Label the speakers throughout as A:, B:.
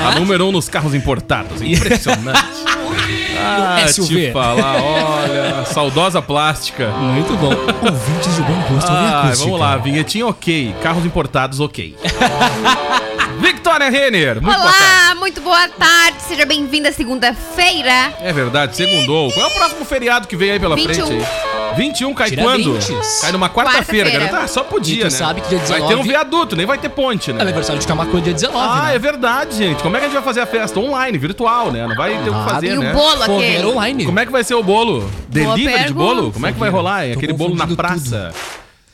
A: A número um nos carros importados. Impressionante.
B: É
A: Ah, te
B: SUV.
A: falar, olha, saudosa plástica.
B: Muito bom. Ouvintes de bom gosto ouvem
A: Ah,
B: acústica.
A: vamos lá, vinhetinha ok, carros importados ok. Victoria Renner, muito boa tarde.
C: Olá, muito boa tarde. Seja bem-vinda à segunda-feira.
A: É verdade, segundou. Qual é o próximo feriado que vem aí pela
C: 21.
A: frente? aí? 21 cai
B: Tira
A: quando?
B: vinte.
A: Cai numa quarta-feira,
C: Quarta-feira.
A: garoto. Ah, só podia,
B: E
A: né?
B: tu sabe que dia
A: Vai ter um
B: 19
A: viaduto, nem vai ter ponte,
B: É
A: né?
B: aniversário de Camacuã dia 19,
A: Ah,
B: né?
A: é verdade, gente. Como é que a gente vai fazer a festa? Online, virtual, né? Não vai ter o que
B: Ah,
A: fazer,
C: E
A: né?
C: o bolo
B: Fogueira
C: aqui.
B: online.
A: Como é que vai ser o bolo? Delivery de
C: pergunta.
A: bolo? Como é que vai rolar? É
B: Tô
A: aquele bolo na
B: confundindo
A: praça?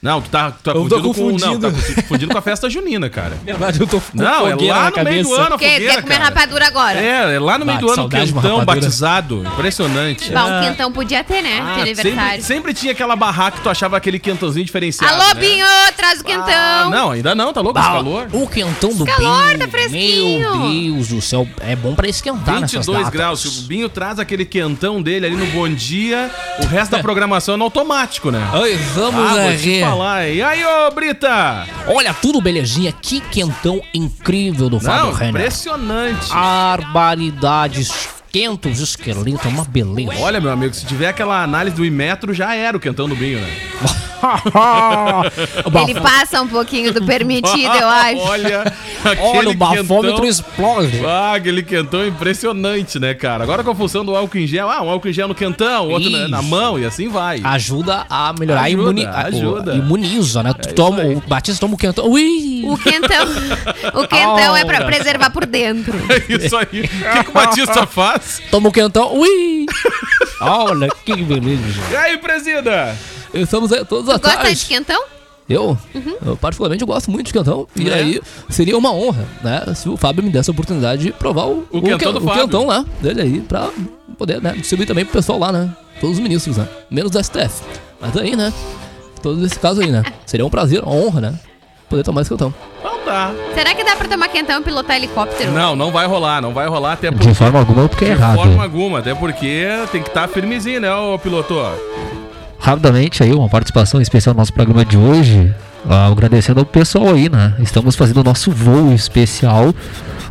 A: Não, tu tá, tu tá
B: Eu tô
A: confundido com. Não, tu tá
B: confundindo.
A: confundido com a festa junina, cara.
B: Na verdade, eu tô com
A: Não, é
B: fogueira
A: lá
B: na
A: no meio
B: cabeça.
A: do ano a
C: Quer,
A: fogueira,
C: quer comer
A: cara.
C: rapadura agora?
A: É, é lá no meio
B: Bah,
A: do
B: que
A: ano,
B: saudade de uma
A: quentão
B: rapadura. É.
A: batizado. Impressionante.
C: Bom, um quentão podia ter, né?
A: Ah,
C: de
A: sempre,
C: aniversário.
A: sempre tinha aquela barraca que tu achava aquele quentãozinho diferenciado.
C: Alô,
A: né?
C: Binho, traz o quentão.
A: Ah, não, ainda não, tá louco esse
D: Ah,
A: calor?
D: O quentão do
C: Calor,
D: Binho,
C: tá fresquinho.
D: Meu Deus do céu, é bom pra esquentar nessas
A: 22
D: datas.
A: graus. Se o Binho traz aquele quentão dele ali no Bom Dia, o resto da programação é no automático, né?
B: Ai, vamos
A: Ah,
B: lá,
A: vou te
B: Rê.
A: falar. hein? E aí, ô, Brita?
D: Olha tudo, belezinha. Que quentão incrível do Fábio
A: Não, é
D: Renner.
A: impressionante.
D: Barbaridades. Esquenta os esqueletos, é uma beleza.
A: Olha, meu amigo, se tiver aquela análise do Imetro, já era o quentão do Binho, né?
C: Ele passa um pouquinho do permitido, eu acho.
A: Olha,
D: Olha,
A: aquele
D: o bafômetro
A: quentão-
D: explode.
A: Ah, aquele quentão impressionante, né, cara? Agora com a função do álcool em gel, ah, um álcool em gel no quentão, outro na,
D: Isso.
A: na mão e assim vai.
D: Ajuda a melhorar a
A: Ajuda,
D: imuni- a- o-
A: ajuda. É
D: imuniza, né? Tu toma, o Batista toma o quentão. Ui!
C: O quentão, o quentão é pra preservar por dentro.
A: É Isso aí. O que, que o Batista faz?
D: Toma o quentão. Ui! Olha, que beleza.
A: E aí, presida?
D: Estamos aí todos
C: Tu gosta
D: atrás.
C: de Uhum. quentão?
D: Eu? Eu, particularmente, eu gosto muito de cantão. E
C: Né?
D: aí, seria uma honra, né? Se o Fábio me desse a oportunidade de provar o,
A: O quentão do
D: que-
A: Fábio.
D: quentão lá dele aí, pra poder né, distribuir também pro pessoal lá, né? Todos os ministros, né? Menos da STF. Mas aí, né? Todos esse caso aí, né? Seria um prazer, uma honra, né? Poder tomar esse cantão.
A: Não dá.
C: Será que dá pra tomar quentão e pilotar helicóptero?
A: Não, não vai rolar, não vai rolar até por
D: forma alguma, porque é
A: forma alguma, até porque tem que estar firmezinho, né, ô piloto?
E: rapidamente aí uma participação especial no nosso programa de hoje. Ah, agradecendo ao pessoal aí, né? Estamos fazendo o nosso voo especial,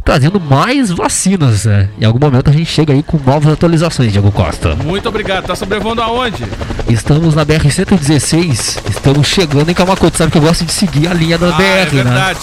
E: trazendo mais vacinas, né? Em algum momento a gente chega aí com novas atualizações, Diego Costa.
A: Muito obrigado. Tá sobrevoando aonde?
E: Estamos na BR-116, estamos chegando em Camacuã. Tu sabe que eu gosto de seguir a linha da
A: ah,
E: BR,
A: é
E: né?
A: verdade.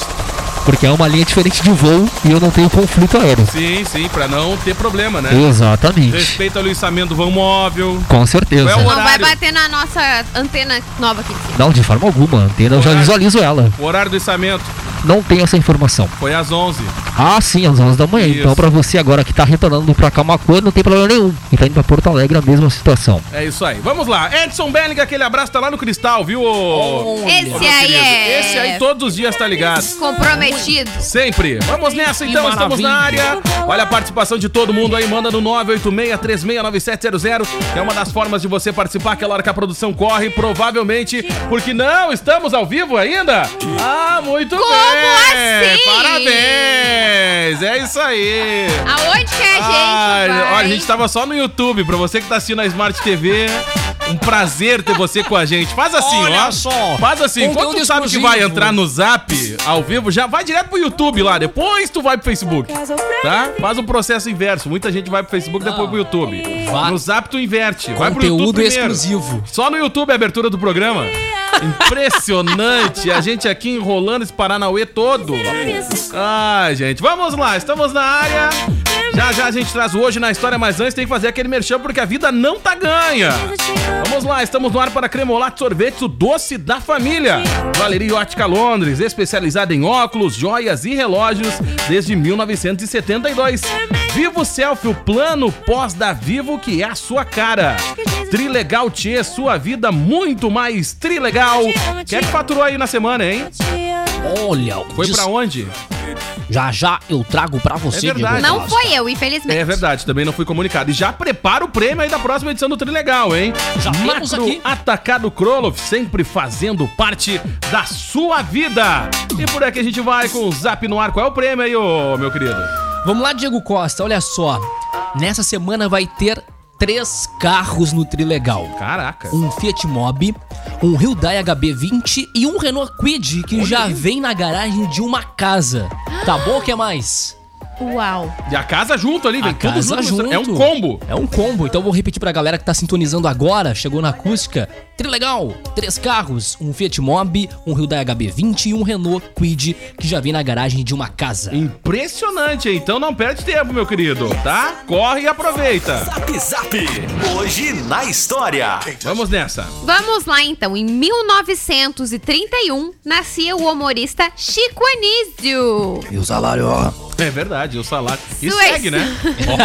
E: Porque é uma linha diferente de voo e eu não tenho conflito aéreo.
A: Sim, sim, pra não ter problema, né?
E: Exatamente.
A: Respeita o lançamento do vão móvel.
E: Com certeza.
A: Qual é o
C: Não vai
A: horário.
C: bater na nossa antena nova aqui.
E: Não, de forma alguma. A antena, eu já visualizo ela.
A: O horário do içamento.
E: Não tenho essa informação.
A: Foi às 11.
E: Ah, sim, às 11 da manhã.
A: Isso.
E: Então, pra você agora que tá retornando pra Camacuã, não tem problema nenhum. E tá indo pra Porto Alegre, a mesma situação.
A: É isso aí. Vamos lá. Edson Belling, aquele abraço, tá lá no cristal, viu? ô- ô,
C: Esse
A: meu
C: aí
A: querido?
C: é.
A: Esse aí todos os dias tá ligado.
C: Comprometido.
A: Sempre. Vamos nessa
D: Que
A: então, estamos
D: maravilha.
A: na área. Olha a participação de todo mundo aí, manda no 986-369700. É uma das formas de você participar, aquela hora que a produção corre, provavelmente, porque não estamos ao vivo ainda. Ah, muito
C: Como
A: bem.
C: assim?
A: Parabéns. É isso aí.
C: Aonde que é a gente
A: Ah,
C: vai?
A: olha, a gente tava só no YouTube, pra você que tá assistindo a Smart TV. Um prazer ter você com a gente. Faz assim,
B: Olha
A: ó.
B: só.
A: Faz assim, quando
B: Conteúdo
A: tu sabe que vai
B: exclusivo.
A: entrar no Zap ao vivo, já vai direto pro YouTube lá, depois tu vai pro Facebook. Tá? Faz o processo inverso. Muita gente vai pro Facebook, depois pro YouTube.
B: Vá.
A: No Zap tu inverte. vai pro YouTube
B: Conteúdo
A: primeiro.
B: exclusivo.
A: Só no YouTube a abertura do programa. Impressionante. A gente aqui enrolando esse Paranauê todo. Ai, gente. Vamos lá. Estamos na área. Já já a gente traz o hoje na história, mas antes tem que fazer aquele merchan porque a vida não tá ganha. Vamos lá, estamos no ar para Cremolato Sorvetes, o doce da família. Valeria Ótica Londres, especializada em óculos, joias e relógios desde 1972. Vivo Selfie, o plano pós da Vivo que é a sua cara. Trilegal Tchê, sua vida muito mais trilegal. Quem é que faturou aí na semana, hein?
B: Olha,
A: Foi
B: diz-
A: pra onde?
B: já já eu trago pra você.
A: É verdade.
B: Diego
C: Não
B: Costa.
C: foi eu, infelizmente.
A: É verdade, também não fui comunicado. E já prepara o prêmio aí da próxima edição do Trilegal, hein?
B: Já temos
A: Macro
B: aqui.
A: Atacado Krolov, sempre fazendo parte da sua vida. E por aqui a gente vai com o Zap no ar. Qual é o prêmio aí, ô, meu querido?
B: Vamos lá, Diego Costa, olha só. Nessa semana vai ter três carros no Trilegal.
A: Caraca.
B: Um Fiat Mobi, um Hyundai HB20 e um Renault Quid que já vem na garagem de uma casa. Tá bom o que mais?
C: Uau.
A: E a casa junto ali, vem
B: A
A: tudo
B: casa
A: junto.
B: junto.
A: É um combo.
B: É um combo, então eu vou repetir pra galera que tá sintonizando agora, chegou na acústica. Trilegal, três carros, um Fiat Mobi, um Hyundai HB20 e um Renault Quid que já vem na garagem de uma casa.
A: Impressionante, hein? então não perde tempo, meu querido, tá? Corre e aproveita.
F: Zap Zap. Hoje na história.
A: Vamos nessa.
C: Vamos lá então, em 1931 nascia o humorista Chico Anísio.
B: E o salário, ó.
A: É verdade, o salário. E
C: Suécia.
A: segue, né?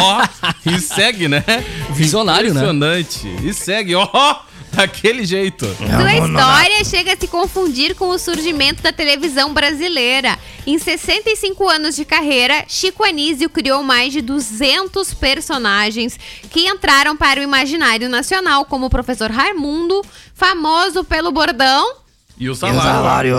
A: Ó, e segue, né?
B: Visionário, né?
A: Impressionante. E segue, ó, daquele jeito.
C: Sua história chega a se confundir com o surgimento da televisão brasileira. Em 65 anos de carreira, Chico Anísio criou mais de 200 personagens que entraram para o imaginário nacional, como o professor Raimundo, famoso pelo bordão
A: E o salário.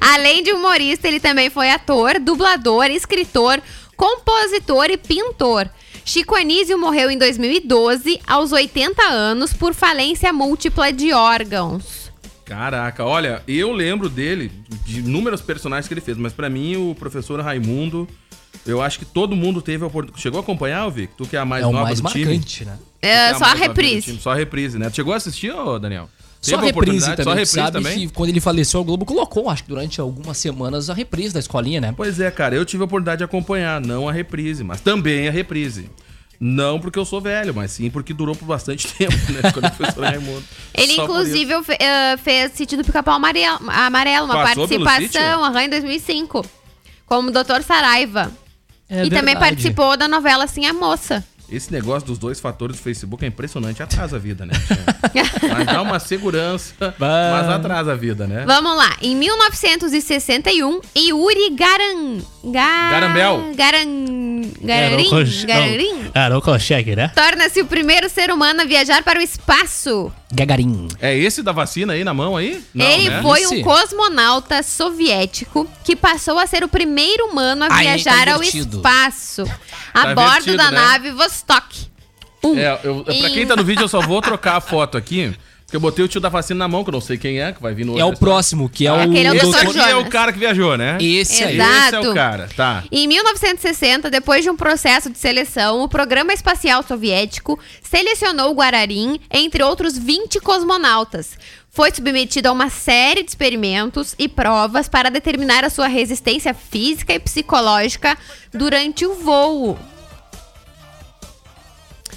C: Além de humorista, ele também foi ator, dublador, escritor, compositor e pintor. Chico Anísio morreu em 2012, aos 80 anos, por falência múltipla de órgãos.
A: Caraca, olha, eu lembro dele, de inúmeros personagens que ele fez, mas pra mim o professor Raimundo, eu acho que todo mundo teve a oportunidade. Chegou a acompanhar, Vic? Tu que é a mais
B: É o
A: nova
B: mais
A: do time.
B: marcante, né?
A: Tu
C: É,
A: que é
C: só
A: mais
C: a
A: nova do
C: reprise.
A: time, Só a reprise, né? Tu chegou a assistir, ô, Daniel?
B: Só a
A: Teve a
B: reprise
A: oportunidade?
B: também.
A: Só a
B: tu
A: reprise
B: sabe
A: também?
B: que quando ele faleceu, o Globo colocou, acho que durante algumas semanas, a reprise da escolinha, né?
A: Pois é, cara, eu tive a oportunidade de acompanhar, não a reprise, mas também a reprise. Não porque eu sou velho, mas sim porque durou por bastante tempo, né? Quando o professor Raimundo.
C: Ele,
A: Só por isso.
C: inclusive, fe- eh, fez Sítio do Pica-Pau Amarelo, Amarelo, uma
A: Passou pelo sítio?
C: participação aham, em 2005, como Dr. Saraiva.
B: É
C: e também
B: verdade.
C: participou da novela Assim a Moça.
A: Esse negócio dos dois fatores do Facebook é impressionante. Atrasa a vida, né? mas dá uma segurança, mas atrasa a vida, né?
C: Vamos lá. Em 1961, Yuri Garan... Ga-
A: Garambel. É,
C: Garan... Gararim? Gararim?
D: Ah, não consegue, né?
C: Torna-se o primeiro ser humano a viajar para o espaço.
B: Gagarin.
A: É esse da vacina aí na mão aí? né?
C: Ele foi
B: Esse?
C: um cosmonauta soviético que passou a ser o primeiro humano a
B: Ah, ele tá
C: viajar ao
B: invertido.
C: espaço. A
A: é, Tá
C: bordo
A: invertido,
C: da
A: né?
C: nave Vostok. Um.
A: É, eu, pra quem tá no vídeo, eu só vou trocar a foto aqui. Porque eu botei o tio da vacina na mão, que eu não sei quem é, que vai vir no
B: É o próximo, que é o.
C: Aquele é o
A: Esse
C: Dr.
A: aqui é o
C: Jonas.
A: cara que viajou, né?
B: Esse aí.
C: Exato.
A: Esse é o cara, tá.
C: Em 1960, depois de um processo de seleção, o Programa Espacial Soviético selecionou o Guararim entre outros 20 cosmonautas. Foi submetido a uma série de experimentos e provas para determinar a sua resistência física e psicológica durante o voo.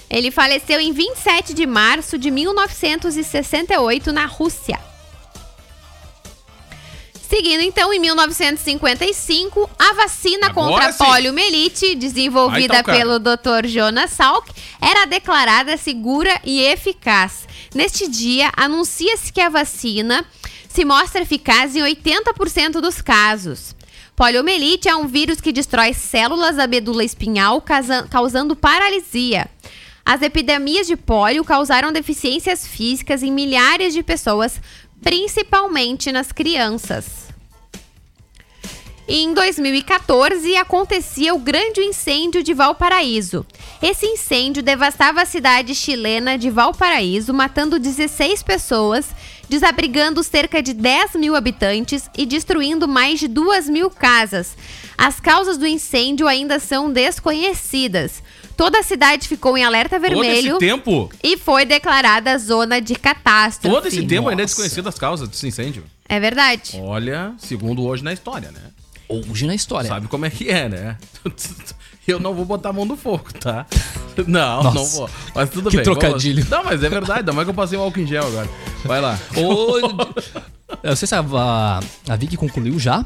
C: Ele faleceu em 27 de março de 1968 na Rússia. Se Seguindo então, em 1955, a vacina
A: Agora
C: contra a
A: sim.
C: poliomielite, desenvolvida
A: Aí tá o cara.
C: pelo Dr. Jonas Salk, era declarada segura e eficaz. Neste dia, anuncia-se que a vacina se mostra eficaz em 80% dos casos. Poliomielite é um vírus que destrói células da medula espinhal, casa- causando paralisia. As epidemias de pólio causaram deficiências físicas em milhares de pessoas, principalmente nas crianças. Em 2014, acontecia o grande incêndio de Valparaíso. Esse incêndio devastava a cidade chilena de Valparaíso, matando 16 pessoas, desabrigando cerca de 10 mil habitantes e destruindo mais de 2 mil casas. As causas do incêndio ainda são desconhecidas. Toda a cidade ficou em alerta
A: Todo
C: vermelho
A: esse tempo,
C: e foi declarada zona de catástrofe.
A: todo esse tempo ainda é
B: Nossa.
A: desconhecido as causas desse incêndio.
C: É verdade.
A: Olha, segundo hoje na história, né?
B: Hoje na história.
A: Sabe como é que é, né? Eu não vou botar a mão no fogo, tá? Não,
B: Nossa.
A: não vou. Mas tudo
B: Que
A: bem.
B: trocadilho.
A: Vamos- Não, mas é verdade. Ainda mais que eu passei um álcool em gel agora. Vai lá.
B: Ô, eu sei se a, a, a Vicky concluiu já.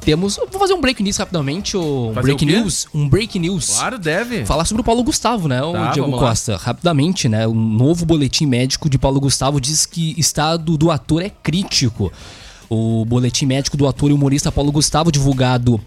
B: Temos. eu Vou fazer um break news rapidamente. Um
A: Fazer
B: break
A: o quê?
B: news. Um break news.
A: Claro, deve.
B: Falar sobre o Paulo Gustavo, né, o
A: Tá,
B: Diego
A: vamos lá.
B: Costa? Rapidamente, né? O novo boletim médico de Paulo Gustavo diz que estado do ator é crítico. O boletim médico do ator e humorista Paulo Gustavo, divulgado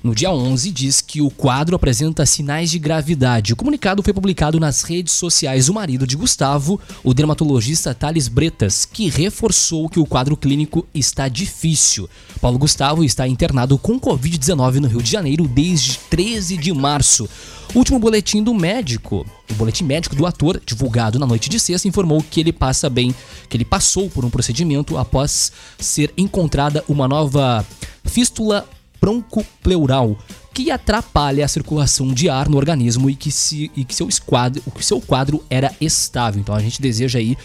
B: no dia 11, diz que o quadro apresenta sinais de gravidade. O comunicado foi publicado nas redes sociais do marido de Gustavo, o dermatologista Thales Bretas, que reforçou que o quadro clínico está difícil. Paulo Gustavo está internado com Covid-19 no Rio de Janeiro desde 13 de março. O último boletim do médico, o boletim médico do ator, divulgado na noite de sexta, informou que ele passa bem, que ele passou por um procedimento após ser encontrada uma nova fístula broncopleural que atrapalha a circulação de ar no organismo e que, se, e que seu, esquadro, o seu quadro era estável. Então a gente deseja aí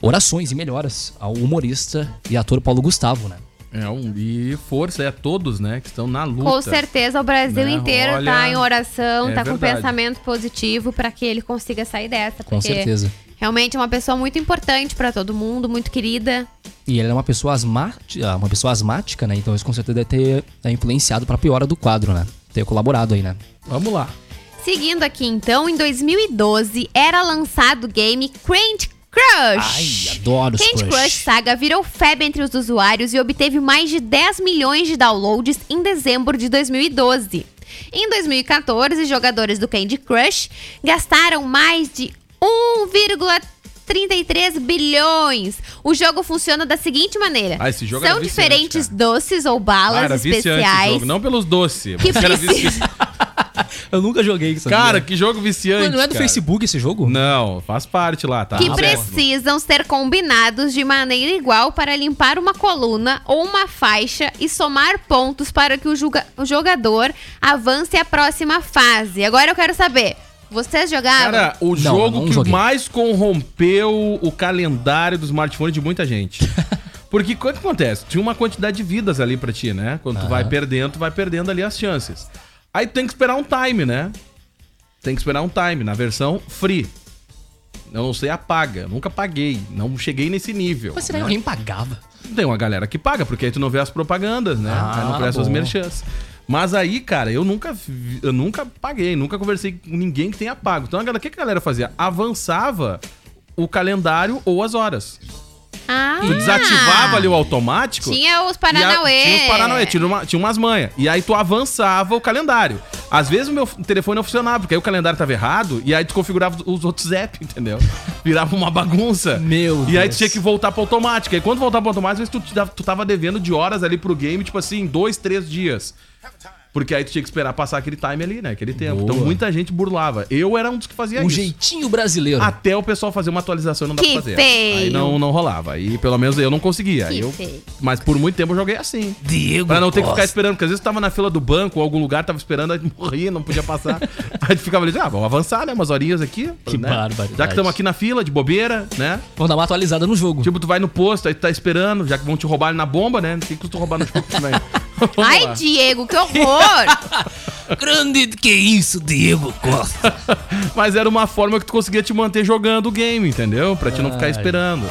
B: orações e melhoras ao humorista e ator Paulo Gustavo, né?
A: É um, e força é a todos, né? Que estão na luta.
C: Com certeza, o Brasil
A: Né,
C: inteiro tá
A: olha,
C: em oração,
A: é
C: tá com
A: verdade.
C: pensamento positivo pra que ele consiga sair dessa.
B: Com
C: porque
B: certeza.
C: Realmente é uma pessoa muito importante pra todo mundo, muito querida.
B: E ele é uma pessoa asmática, uma pessoa asmática, né? Então isso com certeza deve ter é, influenciado pra piora do quadro, né? Ter colaborado aí, né?
A: Vamos lá.
C: Seguindo aqui então, em 2012 era lançado o game Candy Crush.
B: Ai, adoro os
C: Candy
B: crush.
C: Crush Saga virou febre entre os usuários e obteve mais de 10 milhões de downloads em dezembro de 2012. Em 2014, jogadores do Candy Crush gastaram mais de 1,33 bilhões. O jogo funciona da seguinte maneira:
A: Ah, esse jogo
C: são
A: era viciante,
C: diferentes
A: cara.
C: doces ou balas
A: Ah, era viciante
C: especiais.
A: o jogo. Não pelos doces.
C: Que
A: mas era
C: precisa-
A: viciante.
B: Eu nunca joguei isso.
A: Cara, que jogo viciante.
B: não é do
A: cara.
B: Facebook esse jogo?
A: Não, faz parte lá, tá?
C: que
A: Tá bom.
C: precisam ser combinados de maneira igual para limpar uma coluna ou uma faixa e somar pontos para que o, julga- o jogador avance à próxima fase. Agora eu quero saber, vocês jogaram?
A: Cara, o
B: Não,
A: jogo
B: não
A: que
B: joguei.
A: mais corrompeu o calendário do smartphone de muita gente. Porque o que acontece? Tinha uma quantidade de vidas ali pra ti, né? Quando tu vai perdendo, tu vai perdendo ali as chances. Aí tu tem que esperar um time, né? Tem que esperar um time na versão free. Eu não sei a paga, eu nunca paguei, não cheguei nesse nível.
B: Mas será que
A: né?
B: alguém pagava?
A: Tem uma galera que paga, porque aí tu não vê as propagandas, né?
B: Ah,
A: aí não presta os
B: bom.
A: merchans. Mas aí, cara, eu nunca, vi- eu nunca paguei, nunca conversei com ninguém que tenha pago. Então, a galera, o que que a galera fazia? Avançava o calendário ou as horas.
C: ah,
A: Tu desativava ali o automático.
C: Tinha os
A: e a-
C: Paranauê.
A: Tinha os Paranauê, tipo, tinha, uma- tinha umas manhas. E aí tu avançava o calendário. Às vezes o meu telefone não funcionava, porque aí o calendário tava errado, e aí tu configurava os outros apps, entendeu? Virava uma bagunça.
B: Meu
A: E aí
B: Deus.
A: tu tinha que voltar pro automático. E quando voltava pro automático, às vezes tu, te dava- tu tava devendo de horas ali pro game, tipo assim, dois, três dias. Porque aí tu tinha que esperar passar aquele time ali, né? Aquele tempo.
B: Boa.
A: Então muita gente burlava. Eu era um dos que fazia
B: Um
A: isso. Ah,
B: jeitinho brasileiro.
A: Até o pessoal fazer uma atualização não dá
C: Tá. Que
A: pra fazer.
C: feio.
A: Aí não, não rolava. Aí pelo menos eu não conseguia. Aí
C: Que
A: eu,
C: feio.
A: mas por muito tempo eu joguei assim.
B: Diego.
A: Pra não ter que
B: Costa.
A: ficar esperando, porque às vezes tu tava na fila do banco ou algum lugar, tava esperando, aí morria, não podia passar. aí tu ficava ali, ah, vamos avançar, né? Umas horinhas aqui.
B: Que
A: né?
B: barbaridade.
A: Já que estamos aqui na fila, de bobeira, né?
B: Vamos dar uma atualizada no jogo.
A: Tipo, tu vai no posto, aí tu tá esperando, já que vão te roubar ali na bomba, né? Não tem que tu roubar no jogo também. Vamos lá.
C: Ai, Diego, que horror!
B: grande que isso, Diego Costa.
A: Mas era uma forma que tu conseguia te manter jogando o game, entendeu? Pra te não ficar
B: Ai.
A: esperando.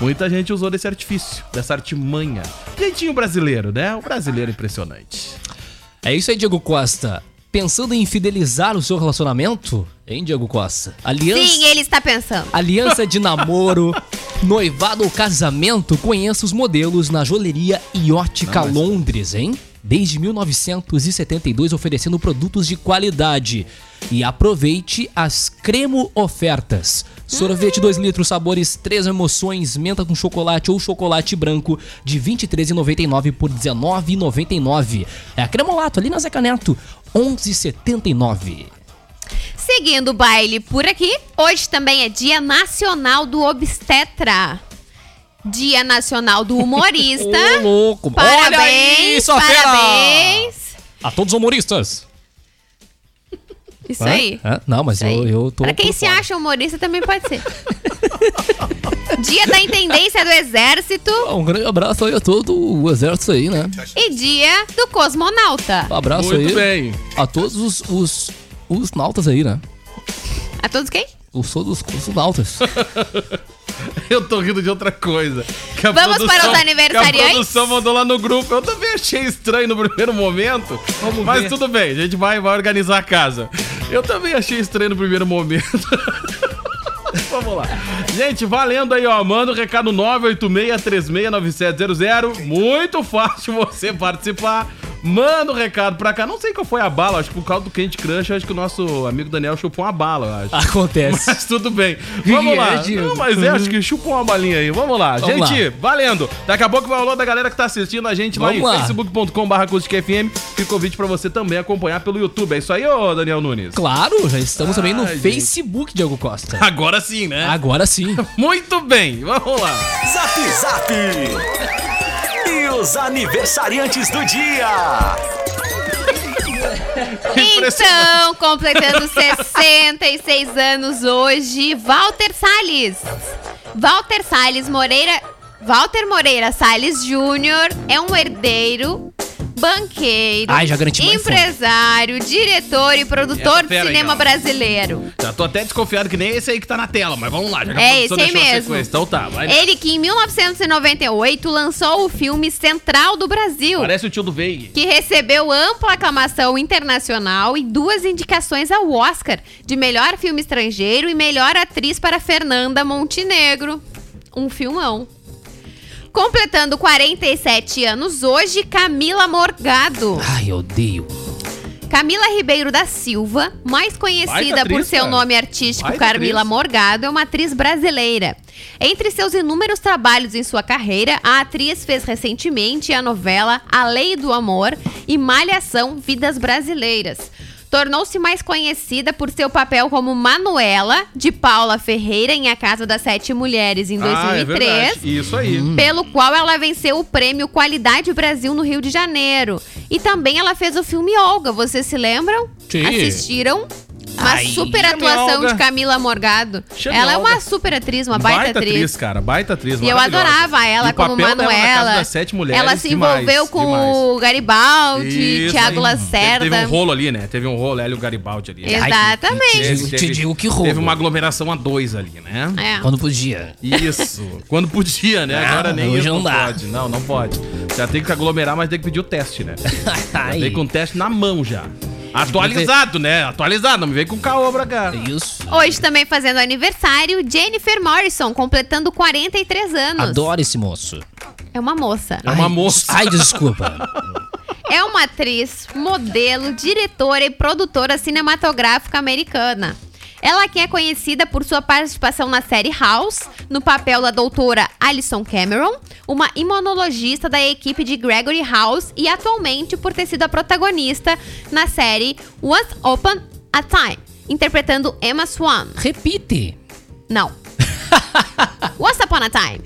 A: Muita gente usou desse artifício, dessa artimanha. Jeitinho brasileiro, né? O brasileiro é impressionante.
B: É isso aí, Diego Costa. Pensando em fidelizar o seu relacionamento, hein, Diego Costa? Aliança,
C: Sim, ele está pensando.
B: aliança de namoro, noivado ou casamento, conheça os modelos na joalheria Iótica Londres, hein? Desde 1972 oferecendo produtos de qualidade. E aproveite as cremo ofertas. Sorvete
C: Hum.
B: 2 litros, sabores 3 emoções, menta com chocolate ou chocolate branco de R$ 23,99 por R$ 19,99. É a Cremolato ali na Zeca Neto, 11,79.
C: Seguindo o baile por aqui, hoje também é Dia Nacional do Obstetra. Dia Nacional do Humorista.
B: Ô, louco.
C: Parabéns,
B: Olha aí, sua fera.
C: parabéns.
B: A todos os humoristas.
C: Isso
B: Hã?
C: aí.
B: Hã? Não, mas
C: Isso aí.
B: eu, eu tô.
C: Pra quem
B: por
C: se
B: fora.
C: acha humorista também pode ser. Dia da Intendência do Exército
B: Um grande abraço aí a todo o exército aí, né?
C: e Dia do Cosmonauta.
B: Um abraço
A: Muito
B: aí
A: bem.
B: a todos os, os, os nautas aí, né?
C: A todos quem?
B: Os todos os nautas.
A: Eu tô rindo de outra coisa. Que a
C: Vamos para os
A: que
C: aniversariantes?
A: A produção mandou lá no grupo. Eu também achei estranho no primeiro momento. mas
B: ver.
A: tudo bem, a gente vai, vai organizar a casa. Eu também achei estranho no primeiro momento. Vamos lá. Gente, valendo aí, ó. Manda o recado 986369700. Muito fácil você participar. Manda o recado pra cá. Não sei qual foi a bala, acho que por causa do Candy Crush, acho que o nosso amigo Daniel chupou uma bala, eu acho.
B: Acontece.
A: Mas tudo bem. Vamos
B: é,
A: lá.
B: Diego?
A: Não, mas é, acho que chupa uma balinha aí. Vamos lá.
B: Vamos
A: gente, valendo. Daqui a pouco vai o alô da galera que tá assistindo a gente lá
B: Vamos
A: em
B: lá.
A: facebook.com.br acústicafm. Fica o convite pra você também acompanhar pelo YouTube. É isso aí, ô Daniel Nunes?
B: Claro, já estamos também no
A: gente.
B: Facebook, Diego Costa.
A: Agora sim, né?
B: Agora sim.
A: Muito bem, vamos lá.
F: Zap Zap! E os aniversariantes do dia!
C: Então, completando 66 anos hoje, Walter Salles. Walter Salles Moreira. Walter Moreira Salles Júnior é um herdeiro, banqueiro,
B: Ai, já garanti meu iPhone.
C: empresário, diretor e produtor
A: Essa
C: de
A: fera aí,
C: cinema
A: ó.
C: brasileiro.
A: Já tô até desconfiado que nem esse aí que tá na tela, mas vamos lá. Já que a
C: É
A: produção
C: esse aí
A: deixou a
C: mesmo.
A: sequência. Então tá, vai.
C: Ele que em 1998 lançou o filme Central do Brasil,
A: Parece o tio do Veig.
C: que recebeu ampla aclamação internacional e duas indicações ao Oscar de melhor filme estrangeiro e melhor atriz para Fernanda Montenegro. Um filmão. Completando 47 anos hoje, Camila Morgado.
B: Ai, eu odeio.
C: Camila Ribeiro da Silva, mais conhecida
A: Baita
C: por
A: atriz,
C: seu
A: cara.
C: nome artístico
A: Baita
C: Camila
A: atriz.
C: Morgado, é uma atriz brasileira. Entre seus inúmeros trabalhos em sua carreira, a atriz fez recentemente a novela A Lei do Amor e Malhação Vidas Brasileiras. Tornou-se mais conhecida por seu papel como Manuela, de Paula Ferreira, em A Casa das Sete Mulheres, em
A: Ah,
C: 2003
A: é Isso aí.
C: pelo qual ela venceu o prêmio Qualidade Brasil no Rio de Janeiro. E também ela fez o filme Olga, vocês se lembram?
B: Sim.
C: Assistiram? Uma
B: Ai.
C: super
A: Chame
C: atuação
A: Olga.
C: de Camila Morgado.
A: Chame
C: ela é uma
A: Olga.
C: super atriz, uma baita, atriz.
A: cara, baita atriz.
C: E eu
A: maravilhosa.
C: adorava ela
A: E o
C: como
A: papel dela na Casa
C: Manuela.
A: das Sete Mulheres,
C: ela se
A: demais,
C: envolveu com
A: demais.
C: o Garibaldi,
A: Isso
C: Tiago
A: aí.
C: Lacerda.
A: Teve um rolo ali, né? Teve um rolo Hélio Garibaldi ali. né?
C: Exatamente.
B: Ai, te, te digo que
A: Teve
B: roubo.
A: uma aglomeração a dois ali, né?
C: É.
B: Quando podia.
A: Isso. Quando podia, né?
B: Não,
A: Agora nem
B: Ah, hoje
A: isso
B: não dá.
A: pode. Não, não pode. Já tem que aglomerar, mas tem que pedir o teste, né?
B: Ai.
A: Tem com o teste na mão já. Atualizado, né? Atualizado. Não me vem com caô pra cá.
B: Isso.
C: Hoje também fazendo aniversário, Jennifer Morrison, completando 43 anos.
B: Adoro esse moço.
C: É uma moça.
A: É uma
B: Ai,
A: moça.
B: Ai, desculpa.
C: É uma atriz, modelo, diretora e produtora cinematográfica americana. Ela que é conhecida por sua participação na série House, no papel da doutora Alison Cameron, uma imunologista da equipe de Gregory House e atualmente por ter sido a protagonista na série Once Upon a Time, interpretando Emma Swan.
B: Repite.
C: Não. Once upon a time.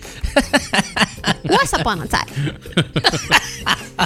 C: Once upon a time.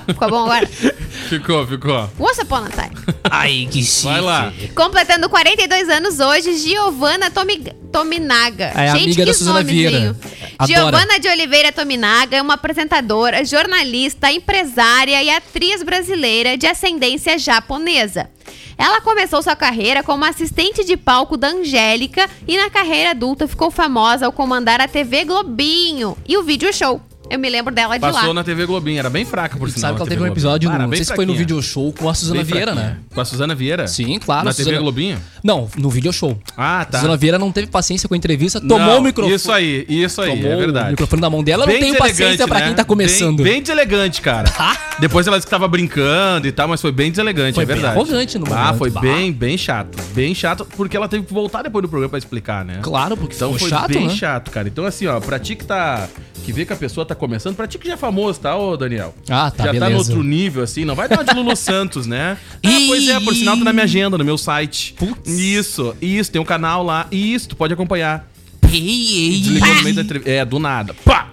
C: Ficou bom agora?
A: Ficou, ficou.
C: Once upon a time.
B: Ai, que chique.
A: Vai lá.
C: Completando 42 anos hoje, Giovanna Tomi- Tominaga.
B: É a amiga da Suzana
C: nomezinho.
B: Adora.
C: Giovana de Oliveira Tominaga é uma apresentadora, jornalista, empresária e atriz brasileira de ascendência japonesa. Ela começou sua carreira como assistente de palco da Angélica e na carreira adulta ficou famosa ao comandar a TV Globinho e o vídeo show. Eu me lembro dela de
A: Passou
C: lá.
A: na TV Globinho, era bem fraca, por
B: Sabe
A: sinal.
B: que ela
A: a
B: teve um
A: TV Globinho.
B: episódio,
A: Ah, era
B: não
A: bem
B: sei se foi no
A: fraquinha.
B: video show com a Suzana
A: Bem
B: Vieira,
A: fraquinha.
B: né?
A: Com a Suzana Vieira?
B: Sim, claro.
A: Na
B: Suzana-
A: TV Globinho?
B: Não, no video show.
A: Ah, tá.
B: Suzana Vieira não teve paciência com a entrevista, tomou
A: Não,
B: o microfone.
A: Isso aí, isso aí,
B: tomou
A: é
B: o
A: verdade.
B: microfone na mão dela. Eu não
A: Bem
B: tenho paciência
A: deselegante,
B: pra
A: né?
B: quem tá começando. Ah.
A: Bem, bem deselegante, cara. Depois ela disse que tava brincando e tal, mas foi bem deselegante,
B: Foi
A: é
B: bem
A: verdade.
B: arrogante no
A: Ah,
B: momento.
A: foi
B: Bah.
A: bem, bem chato. Bem chato, porque ela teve que voltar depois do programa pra explicar, né?
B: Claro, porque
A: Então
B: ficou
A: foi
B: chato,
A: bem
B: né?
A: chato, cara. Então assim, ó, pra ti que tá... Que vê que a pessoa tá começando, pra ti que já é famoso, tá, ô Daniel?
B: Ah, tá,
A: Já tá no
B: beleza.
A: outro nível, assim, não vai dar uma de Lulu Santos, né? Ah,
B: Ih!
A: pois é, por sinal tá na minha agenda, no meu site.
B: Putz.
A: Isso, isso, tem um canal lá. Isso, tu pode acompanhar.
B: Ei, ei,
A: Desligou no
B: ei.
A: meio da entrevista. É, do nada. Pá!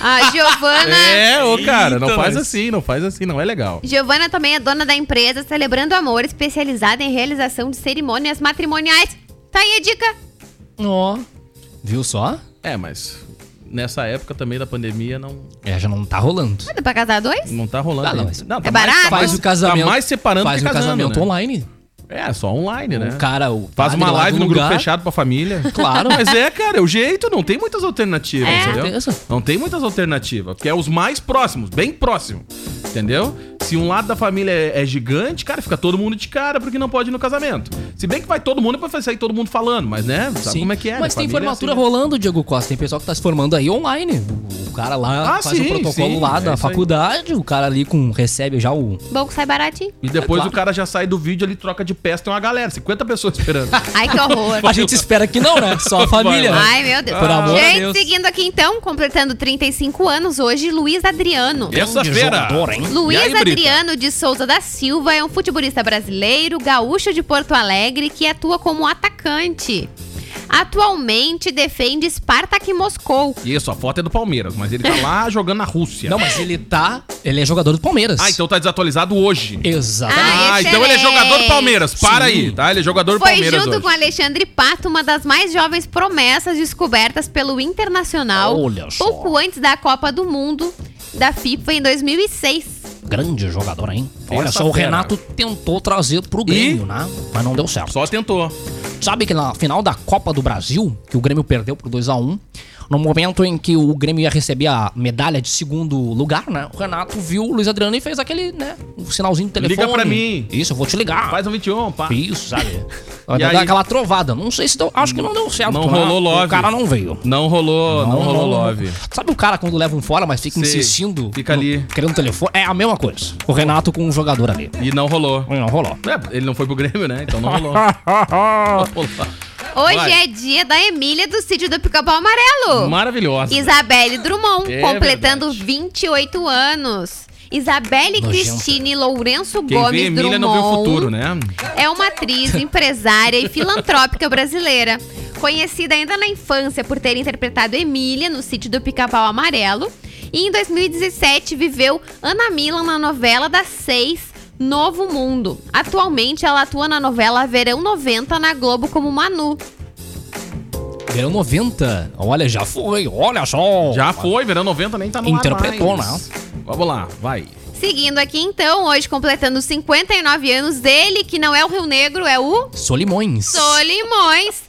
C: A Giovana.
A: É, ô cara, não
B: Eita,
A: faz
B: nós.
A: assim, não faz assim, não é legal.
C: Giovana também é dona da empresa Celebrando Amor, especializada em realização de cerimônias matrimoniais. Tá aí a dica.
B: Ó. Viu só?
A: É, mas nessa época também da pandemia não,
B: É, já não tá rolando.
C: Dá pra casar dois?
A: não tá rolando.
B: Ah, não,
A: ainda.
B: mas-
A: tá
C: É
A: mais-
C: barato?
A: tá mais-
B: Faz o casamento.
A: Tá mais separando
B: Faz
A: que
B: o
A: casando,
B: casamento
A: né?
B: online.
A: É, só online, né?
B: O cara, o
A: Faz
B: padre
A: uma
B: lá do
A: live no grupo
B: lugar,
A: fechado pra família.
B: Claro.
A: Mas é, cara, é o jeito, não tem muitas alternativas,
C: É.
A: entendeu?
B: certeza.
A: Não tem muitas alternativas, porque é os mais próximos, bem próximo, entendeu? Se um lado da família é é gigante, cara, fica todo mundo de cara porque não pode ir no casamento. Se bem que vai todo mundo, depois vai sair todo mundo falando, mas né, sabe
B: Sim.
A: como é que é?
B: Mas
A: né?
B: tem
A: Família é
B: formatura
A: assim, né?
B: rolando, Diego Costa. Tem pessoal que tá se formando aí online. O- O cara lá
A: Ah,
B: faz
A: sim,
B: o protocolo
A: sim,
B: lá
A: é
B: da
A: isso aí.
B: faculdade. O cara ali com recebe já o.
C: Bom que sai baratinho.
A: E depois
B: É claro.
A: o cara já sai do vídeo, ele troca de peça, tem uma galera, 50 pessoas esperando.
C: Ai, que horror.
B: A gente espera que não, né? Só a família.
A: Vai lá.
B: né?
C: Ai, meu Deus.
B: Por amor de
C: gente,
B: Deus.
C: seguindo aqui então, completando 35 anos hoje, Luiz Adriano.
B: um
A: Terça-feira.
C: Luiz
A: E aí, Brita?
C: Adriano de Souza da Silva é um futebolista brasileiro, gaúcho de Porto Alegre, que atua como atacante. Atualmente defende Spartak Moscou.
A: Isso, a foto é do Palmeiras, mas ele tá lá jogando na Rússia.
B: Não, mas ele tá. Ele é jogador do Palmeiras.
A: Ah, então tá desatualizado hoje.
B: Exatamente.
C: Ah,
A: Ah, então ele é
C: excelente.
A: jogador do Palmeiras. Para
B: Sim.
A: aí, tá? Ele é jogador do
C: Foi
A: Palmeiras
C: junto
A: hoje.
C: com Alexandre Pato uma das mais jovens promessas descobertas pelo Internacional
B: Olha só.
C: pouco antes da Copa do Mundo da FIFA em 2006.
B: Grande jogador, hein?
A: Tem
B: Olha
A: essa
B: só, o
A: fera.
B: Renato tentou trazer pro Grêmio, né? Mas não deu certo.
A: Só tentou.
B: Sabe que na final da Copa do Brasil, que o Grêmio perdeu por 2 a 1 no momento em que o Grêmio ia receber a medalha de segundo lugar, né? O Renato viu o Luiz Adriano e fez aquele, né? Um sinalzinho de telefone.
A: Liga pra mim.
B: Isso, eu vou te ligar.
A: Faz um 21, pá.
B: Isso, sabe? Vai
A: E
B: dar
A: aí?
B: aquela trovada. Não sei se deu. Acho que não deu certo.
A: Não
B: né?
A: rolou love.
B: O cara não veio.
A: Não rolou, não, rolou love.
B: Sabe o cara quando leva um fora, mas fica
A: Sei.
B: insistindo?
A: Fica
B: no-
A: ali.
B: Querendo telefone? É a mesma coisa. O Renato com um jogador ali.
A: E não rolou.
B: Não rolou.
A: É, ele não foi pro Grêmio, né? Então não rolou. Não rolou.
C: Hoje
A: Vai.
C: é dia da Emília do sítio do Pica-Pau Amarelo.
A: Maravilhosa.
C: Isabelle Drummond,
A: É
C: completando 28 anos. Isabelle
B: Nojenta.
C: Cristine Lourenço
A: Quem
C: Gomes
A: vê Emília
C: Drummond
A: não vê o futuro, né?
C: é uma atriz, empresária e filantrópica brasileira. Conhecida ainda na infância por ter interpretado Emília no sítio do Pica-Pau Amarelo. E em 2017 viveu Ana Milan na novela das seis, Novo Mundo. Atualmente ela atua na novela Verão 90 na Globo como Manu.
B: Verão 90. Olha, já foi. Olha só.
A: Já foi, verão 90 nem tá no ar
B: Interpretou, né?
A: mais. Vamos lá, vai.
C: Seguindo aqui então, hoje completando 59 anos, ele que não é o Rio Negro, é o
B: Solimões.
C: Solimões.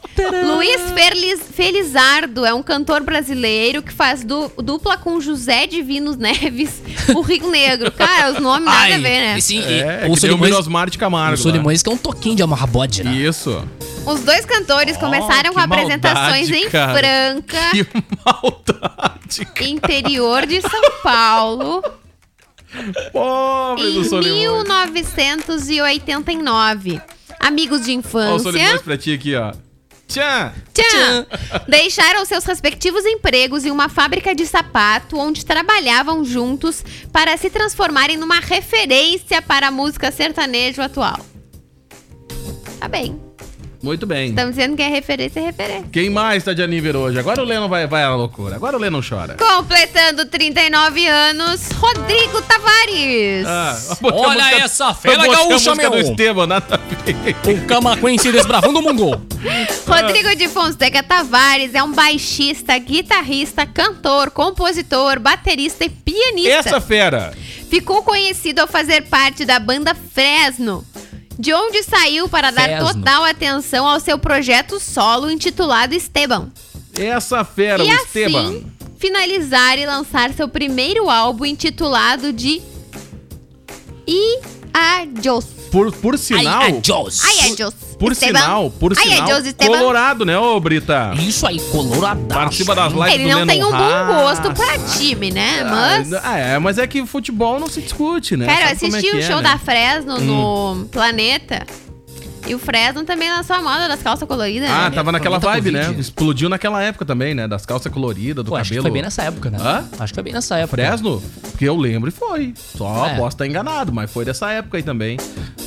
C: Luiz Feliz, Felizardo é um cantor brasileiro que faz du- dupla com José Divinos Neves, o Rio Negro. Cara, os nomes nada a ver, né?
B: e sim, e
A: É, que deu né?
B: o
A: o
B: Solimões,
A: Minosmar de Camargo.
B: o Solimões que é um toquinho de amarrabode,
A: lá.
B: né?
A: Isso.
C: Os dois cantores começaram
A: que
C: com apresentações
A: maldade,
C: em
A: cara.
C: Franca,
A: Que maldade, cara.
C: interior de São Paulo.
A: Pobre do
C: em
A: Solimões.
C: 1989. Amigos de
A: Olha o
C: infância
A: Solimões pra ti aqui, ó. Tchan!
C: tchan, deixaram seus respectivos empregos em uma fábrica de sapato onde trabalhavam juntos para se transformarem numa referência para a música sertanejo atual. Tá bem.
A: Muito bem.
C: Estamos dizendo que é referência, é referência.
A: Quem mais tá de aniversário hoje? Agora o Lennon vai, vai à loucura. Agora o Lennon chora.
C: Completando 39 anos, Rodrigo Tavares.
A: Ah, botei a
B: Olha essa fera
A: eu botei a
B: gaúcha,
A: música
B: meu!
A: do Esteban, nada a ver.
B: O Camacuense desbravando o mundo.
C: Rodrigo de Fonseca Tavares é um baixista, guitarrista, cantor, compositor, baterista e pianista.
A: Essa fera.
C: Ficou conhecido ao fazer parte da banda Fresno. De onde saiu para dar
B: Fresno.
C: total atenção ao seu projeto solo intitulado Esteban.
A: Essa fera,
C: e
A: o
C: assim
A: Esteban.
C: finalizar e lançar seu primeiro álbum intitulado de E Adios.
A: Por, por sinal.
B: Ai, adiós.
C: Ai, Adios.
A: por
C: Esteban.
A: sinal, por
C: Ai, é
A: sinal.
C: Adios, Esteban.
A: colorado, né, ô Brita?
B: Isso aí, coloradaço.
A: Participa das
B: hein?
A: lives
C: Ele
A: do
C: não
A: Lennon
C: tem um bom
A: Haas.
C: gosto pra time, né? Mas.
A: Ah, é, mas é que futebol não se discute, né?
C: Cara, eu
A: Sabe como é
C: assisti
A: que
C: o
A: é, né?
C: show
A: Hum.
C: da Fresno no Planeta. E o Fresno também lançou a moda das calças coloridas.
A: Ah,
C: né?
A: tava naquela
B: Aproveita
A: vibe,
B: a
A: né?
B: Covid.
A: Explodiu naquela época também, né? Das calças coloridas, do
B: Pô,
A: cabelo.
B: acho que foi bem nessa época, né?
A: Hã?
B: Acho que foi bem nessa época.
A: Fresno? Porque eu lembro e foi. Só
B: É.
A: posso estar enganado, mas foi dessa época aí também.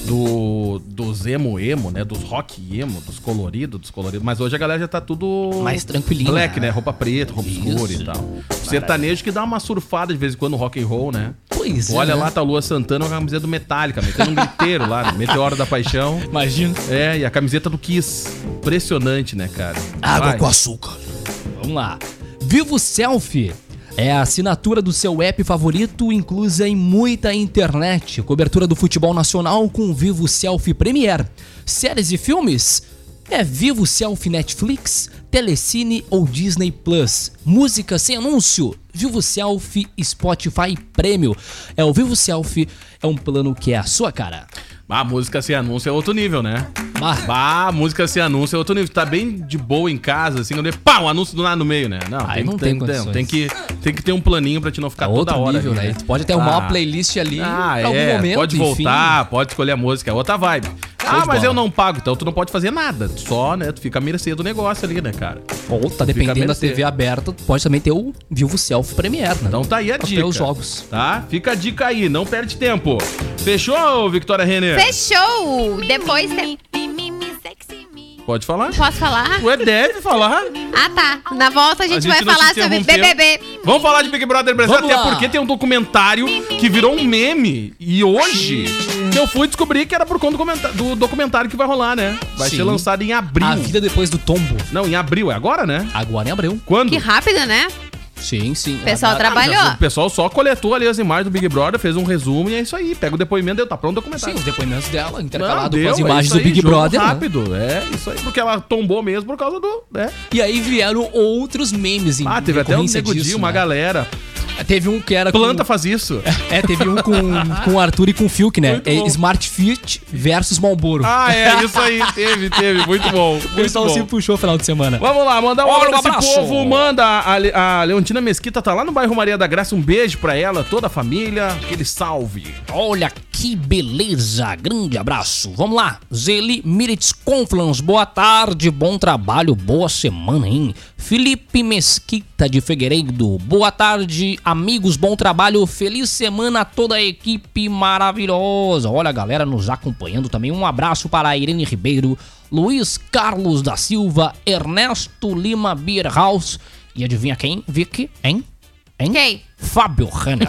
A: Do, dos emo emo, né? Dos rock emo, dos coloridos, dos coloridos. Mas hoje a galera já tá tudo.
B: Mais tranquilinho,
A: Black, né?
B: né?
A: Roupa preta, roupa
B: Isso.
A: escura e tal. Sertanejo que dá uma surfada de vez em quando rock and roll, né?
B: Pois é,
A: Olha
B: né?
A: lá, tá a Lua Santana com a camiseta do Metallica, metendo um griteiro lá, né? Meteoro da Paixão.
B: Imagina.
A: É, e a camiseta do Kiss. Impressionante, né, cara?
B: Água
A: Vai.
B: com açúcar. Vamos lá. Vivo Selfie. É a assinatura do seu app favorito, inclusa em muita internet. Cobertura do futebol nacional com o Vivo Selfie Premier. Séries e filmes? É Vivo Selfie Netflix, Telecine ou Disney Plus. Música sem anúncio? Vivo Selfie Spotify Premium. É o Vivo Selfie, é um plano que é a sua cara.
A: Ah, música sem anúncio é outro nível, né?
B: Bah.
A: Bah, música sem anúncio é outro nível. Tá bem de boa em casa, assim, quando é pá, um anúncio do nada no meio, né? Não,
B: Aí
A: tem,
B: não
A: que- tem, tem,
B: tem condições.
A: tem que, tem que ter um planinho pra te não ficar
B: É
A: toda
B: outro
A: hora.
B: nível,
A: ali,
B: né? Tu pode até arrumar
A: Ah.
B: uma playlist ali
A: Ah,
B: pra
A: é,
B: algum momento,
A: pode
B: enfim.
A: voltar, pode escolher a música, é outra vibe. ah, mas
B: de bola.
A: eu não pago, então tu não pode fazer nada. Tu Só, né, tu fica à mercê do negócio ali, né, cara?
B: Ou
A: Fica
B: tá dependendo
A: a
B: da
A: mercê.
B: TV aberta, tu pode também ter o Vivo Self Premiere, né?
A: Então tá aí a
B: Pra ter
A: dica.
B: os jogos.
A: Tá? Fica a dica aí, não perde tempo. Fechou, Victoria Renner?
C: Fechou! Depois. tem-
A: Pode falar?
C: Posso falar?
A: Ué, deve falar.
C: Ah, tá. Na volta a gente, vai
A: não
C: falar
A: se
C: sobre
A: interrompeu.
C: BBB.
A: Vamos falar de Big Brother Brasil,
B: Vamos
A: até
B: lá.
A: porque tem um documentário que virou um meme. E hoje que eu fui descobrir que era por conta do comenta- do documentário que vai rolar, né? Vai
B: Sim.
A: ser lançado em abril.
B: A vida depois do tombo.
A: Não, em abril, é agora, né?
B: Agora em abril.
A: Quando?
C: Que rápido, né?
A: Ah,
B: Sim, sim.
C: O pessoal
A: tá,
B: Agora-
C: trabalhou.
A: O pessoal só coletou ali as imagens do Big Brother, fez um resumo e é isso aí. Pega o depoimento, deu, tá pronto o
B: Sim,
A: documentário.
B: os depoimentos dela,
A: Não,
B: intercalado
A: deu,
B: com as
A: é
B: imagens
A: isso
B: do
A: aí,
B: Big
A: jogo
B: Brother. né?
A: rápido, é isso aí, porque ela tombou mesmo por causa do, né?
B: E aí vieram outros memes em
A: Ah, teve até um
B: decorrência
A: nego
B: disso,
A: dia, uma
B: né?
A: galera.
B: Teve um que era com-
A: Planta faz isso.
B: É, teve um com, com o Arthur e com o Fiuk, né?
A: Muito
B: É,
A: bom.
B: Smart Fit versus Malboro.
A: Ah, é, isso aí, teve, teve, muito bom.
B: o
A: Muito
B: pessoal
A: bom.
B: se puxou final de semana.
A: Vamos lá, mandar um
B: Olha,
A: abraço
B: um
A: pra esse
B: abraço.
A: povo. Manda a, Le- a Leontina Mesquita, tá lá no bairro Maria da Graça. Um beijo pra ela, toda a família. Aquele salve.
B: Olha que beleza, grande abraço. Vamos lá, Zeli Miritz Conflans, boa tarde, bom trabalho, boa semana, hein? Felipe Mesquita de Figueiredo, boa tarde, amigos, bom trabalho, feliz semana a toda a equipe maravilhosa. Olha a galera nos acompanhando também, um abraço para a Irene Ribeiro, Luiz Carlos da Silva, Ernesto Lima Bierhaus e adivinha quem? Vicky, hein? Hein?
C: Quem?
B: Fábio Renner,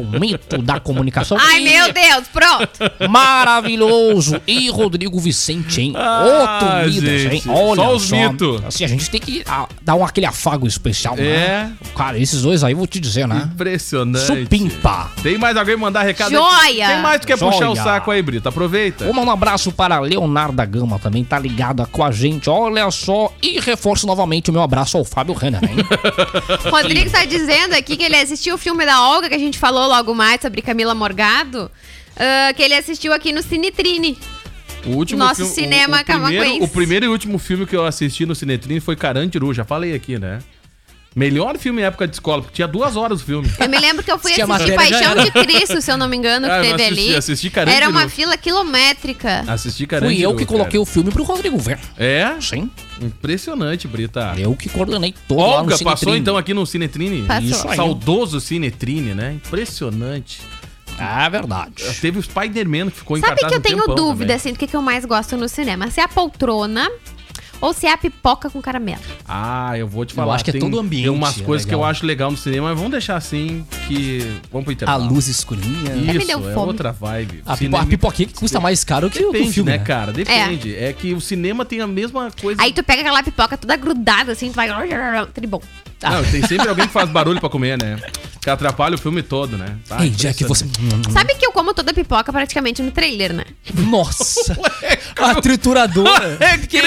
B: o mito da comunicação.
C: Ai,
B: E
C: meu Deus, pronto.
B: Maravilhoso. E Rodrigo Vicente, hein?
A: Ah,
B: Outro líder, hein?
A: gente,
B: Olha
A: só
B: só.
A: os mito.
B: Assim, a gente tem que ah, dar um, aquele afago especial, né? Cara, esses dois aí, vou te dizer, né?
A: É. Impressionante.
B: Supimpa.
A: Tem mais alguém mandar recado? aí?
C: Joia.
A: Tem mais que quer puxar o
B: Joia.
A: saco aí, Brito. Aproveita.
B: Vamos um abraço para a Leonarda Gama também, tá ligada com a gente. Olha só. E reforço novamente o meu abraço ao Fábio Renner, hein?
C: Rodrigo tá dizendo aqui que ele assistiu o filme da Olga, que a gente falou logo mais sobre Camila Morgado. ah, que ele assistiu aqui no Cinetrine.
A: O último
C: Nosso
A: filme- o-
C: cinema
A: o, primeiro,
C: camacuense.
A: o primeiro e último filme que eu assisti no Cinetrine foi Carandiru, já falei aqui, né? Melhor filme em época de escola, porque tinha duas horas o filme.
C: Eu me lembro que eu fui
B: Tinha
C: assistir
B: matéria,
C: Paixão
B: já era.
C: de Cristo, se eu não me engano, que
A: Ah, eu não
C: teve
A: assisti,
C: ali.
A: assisti Carandiru.
C: Era uma fila quilométrica.
A: Assisti Carandiru.
B: Fui eu que coloquei o filme pro Rodrigo ver.
A: o... É?
B: Sim,
A: Impressionante, Brita.
B: eu que coordenei todo lá no
A: Olga então
B: Cinetrine.
A: passou então aqui no Cinetrine.
C: Passou.
A: Isso aí. Saudoso Cinetrine, né? Impressionante.
D: É verdade.
A: Teve o Spider-Man que ficou em
C: Sabe
A: cartaz
C: que eu
A: um
C: tenho
A: tempão
C: dúvida,
A: também.
C: assim, do que, que eu mais gosto no cinema? Se é a poltrona ou se é a pipoca com caramelo.
A: Ah, eu vou te falar.
B: acho que é
A: tem-
B: todo o ambiente,
A: Tem umas
B: é
A: coisas que eu
B: legal.
A: acho legal no cinema, mas vamos deixar assim que. Vamos pro
B: A
A: intervalo.
B: luz escurinha.
C: me
A: Isso,
C: deu
A: é
C: fome.
A: outra vibe.
B: A, pipo,
A: Cinema-
B: a pipoquinha que custa mais caro que, o- que
A: Depende,
B: o filme.
A: né,
B: né?
A: cara? Depende. É. que o cinema tem a mesma coisa.
C: Aí tu pega aquela pipoca toda grudada, assim, tu vai... Tribom.
A: Não, tem sempre alguém que faz barulho pra comer, né? Que atrapalha o filme todo, né? Tá,
B: Ei, Jack, você.
A: Uhum.
C: Sabe que eu como toda pipoca praticamente no trailer, né?
B: Nossa! a trituradora! que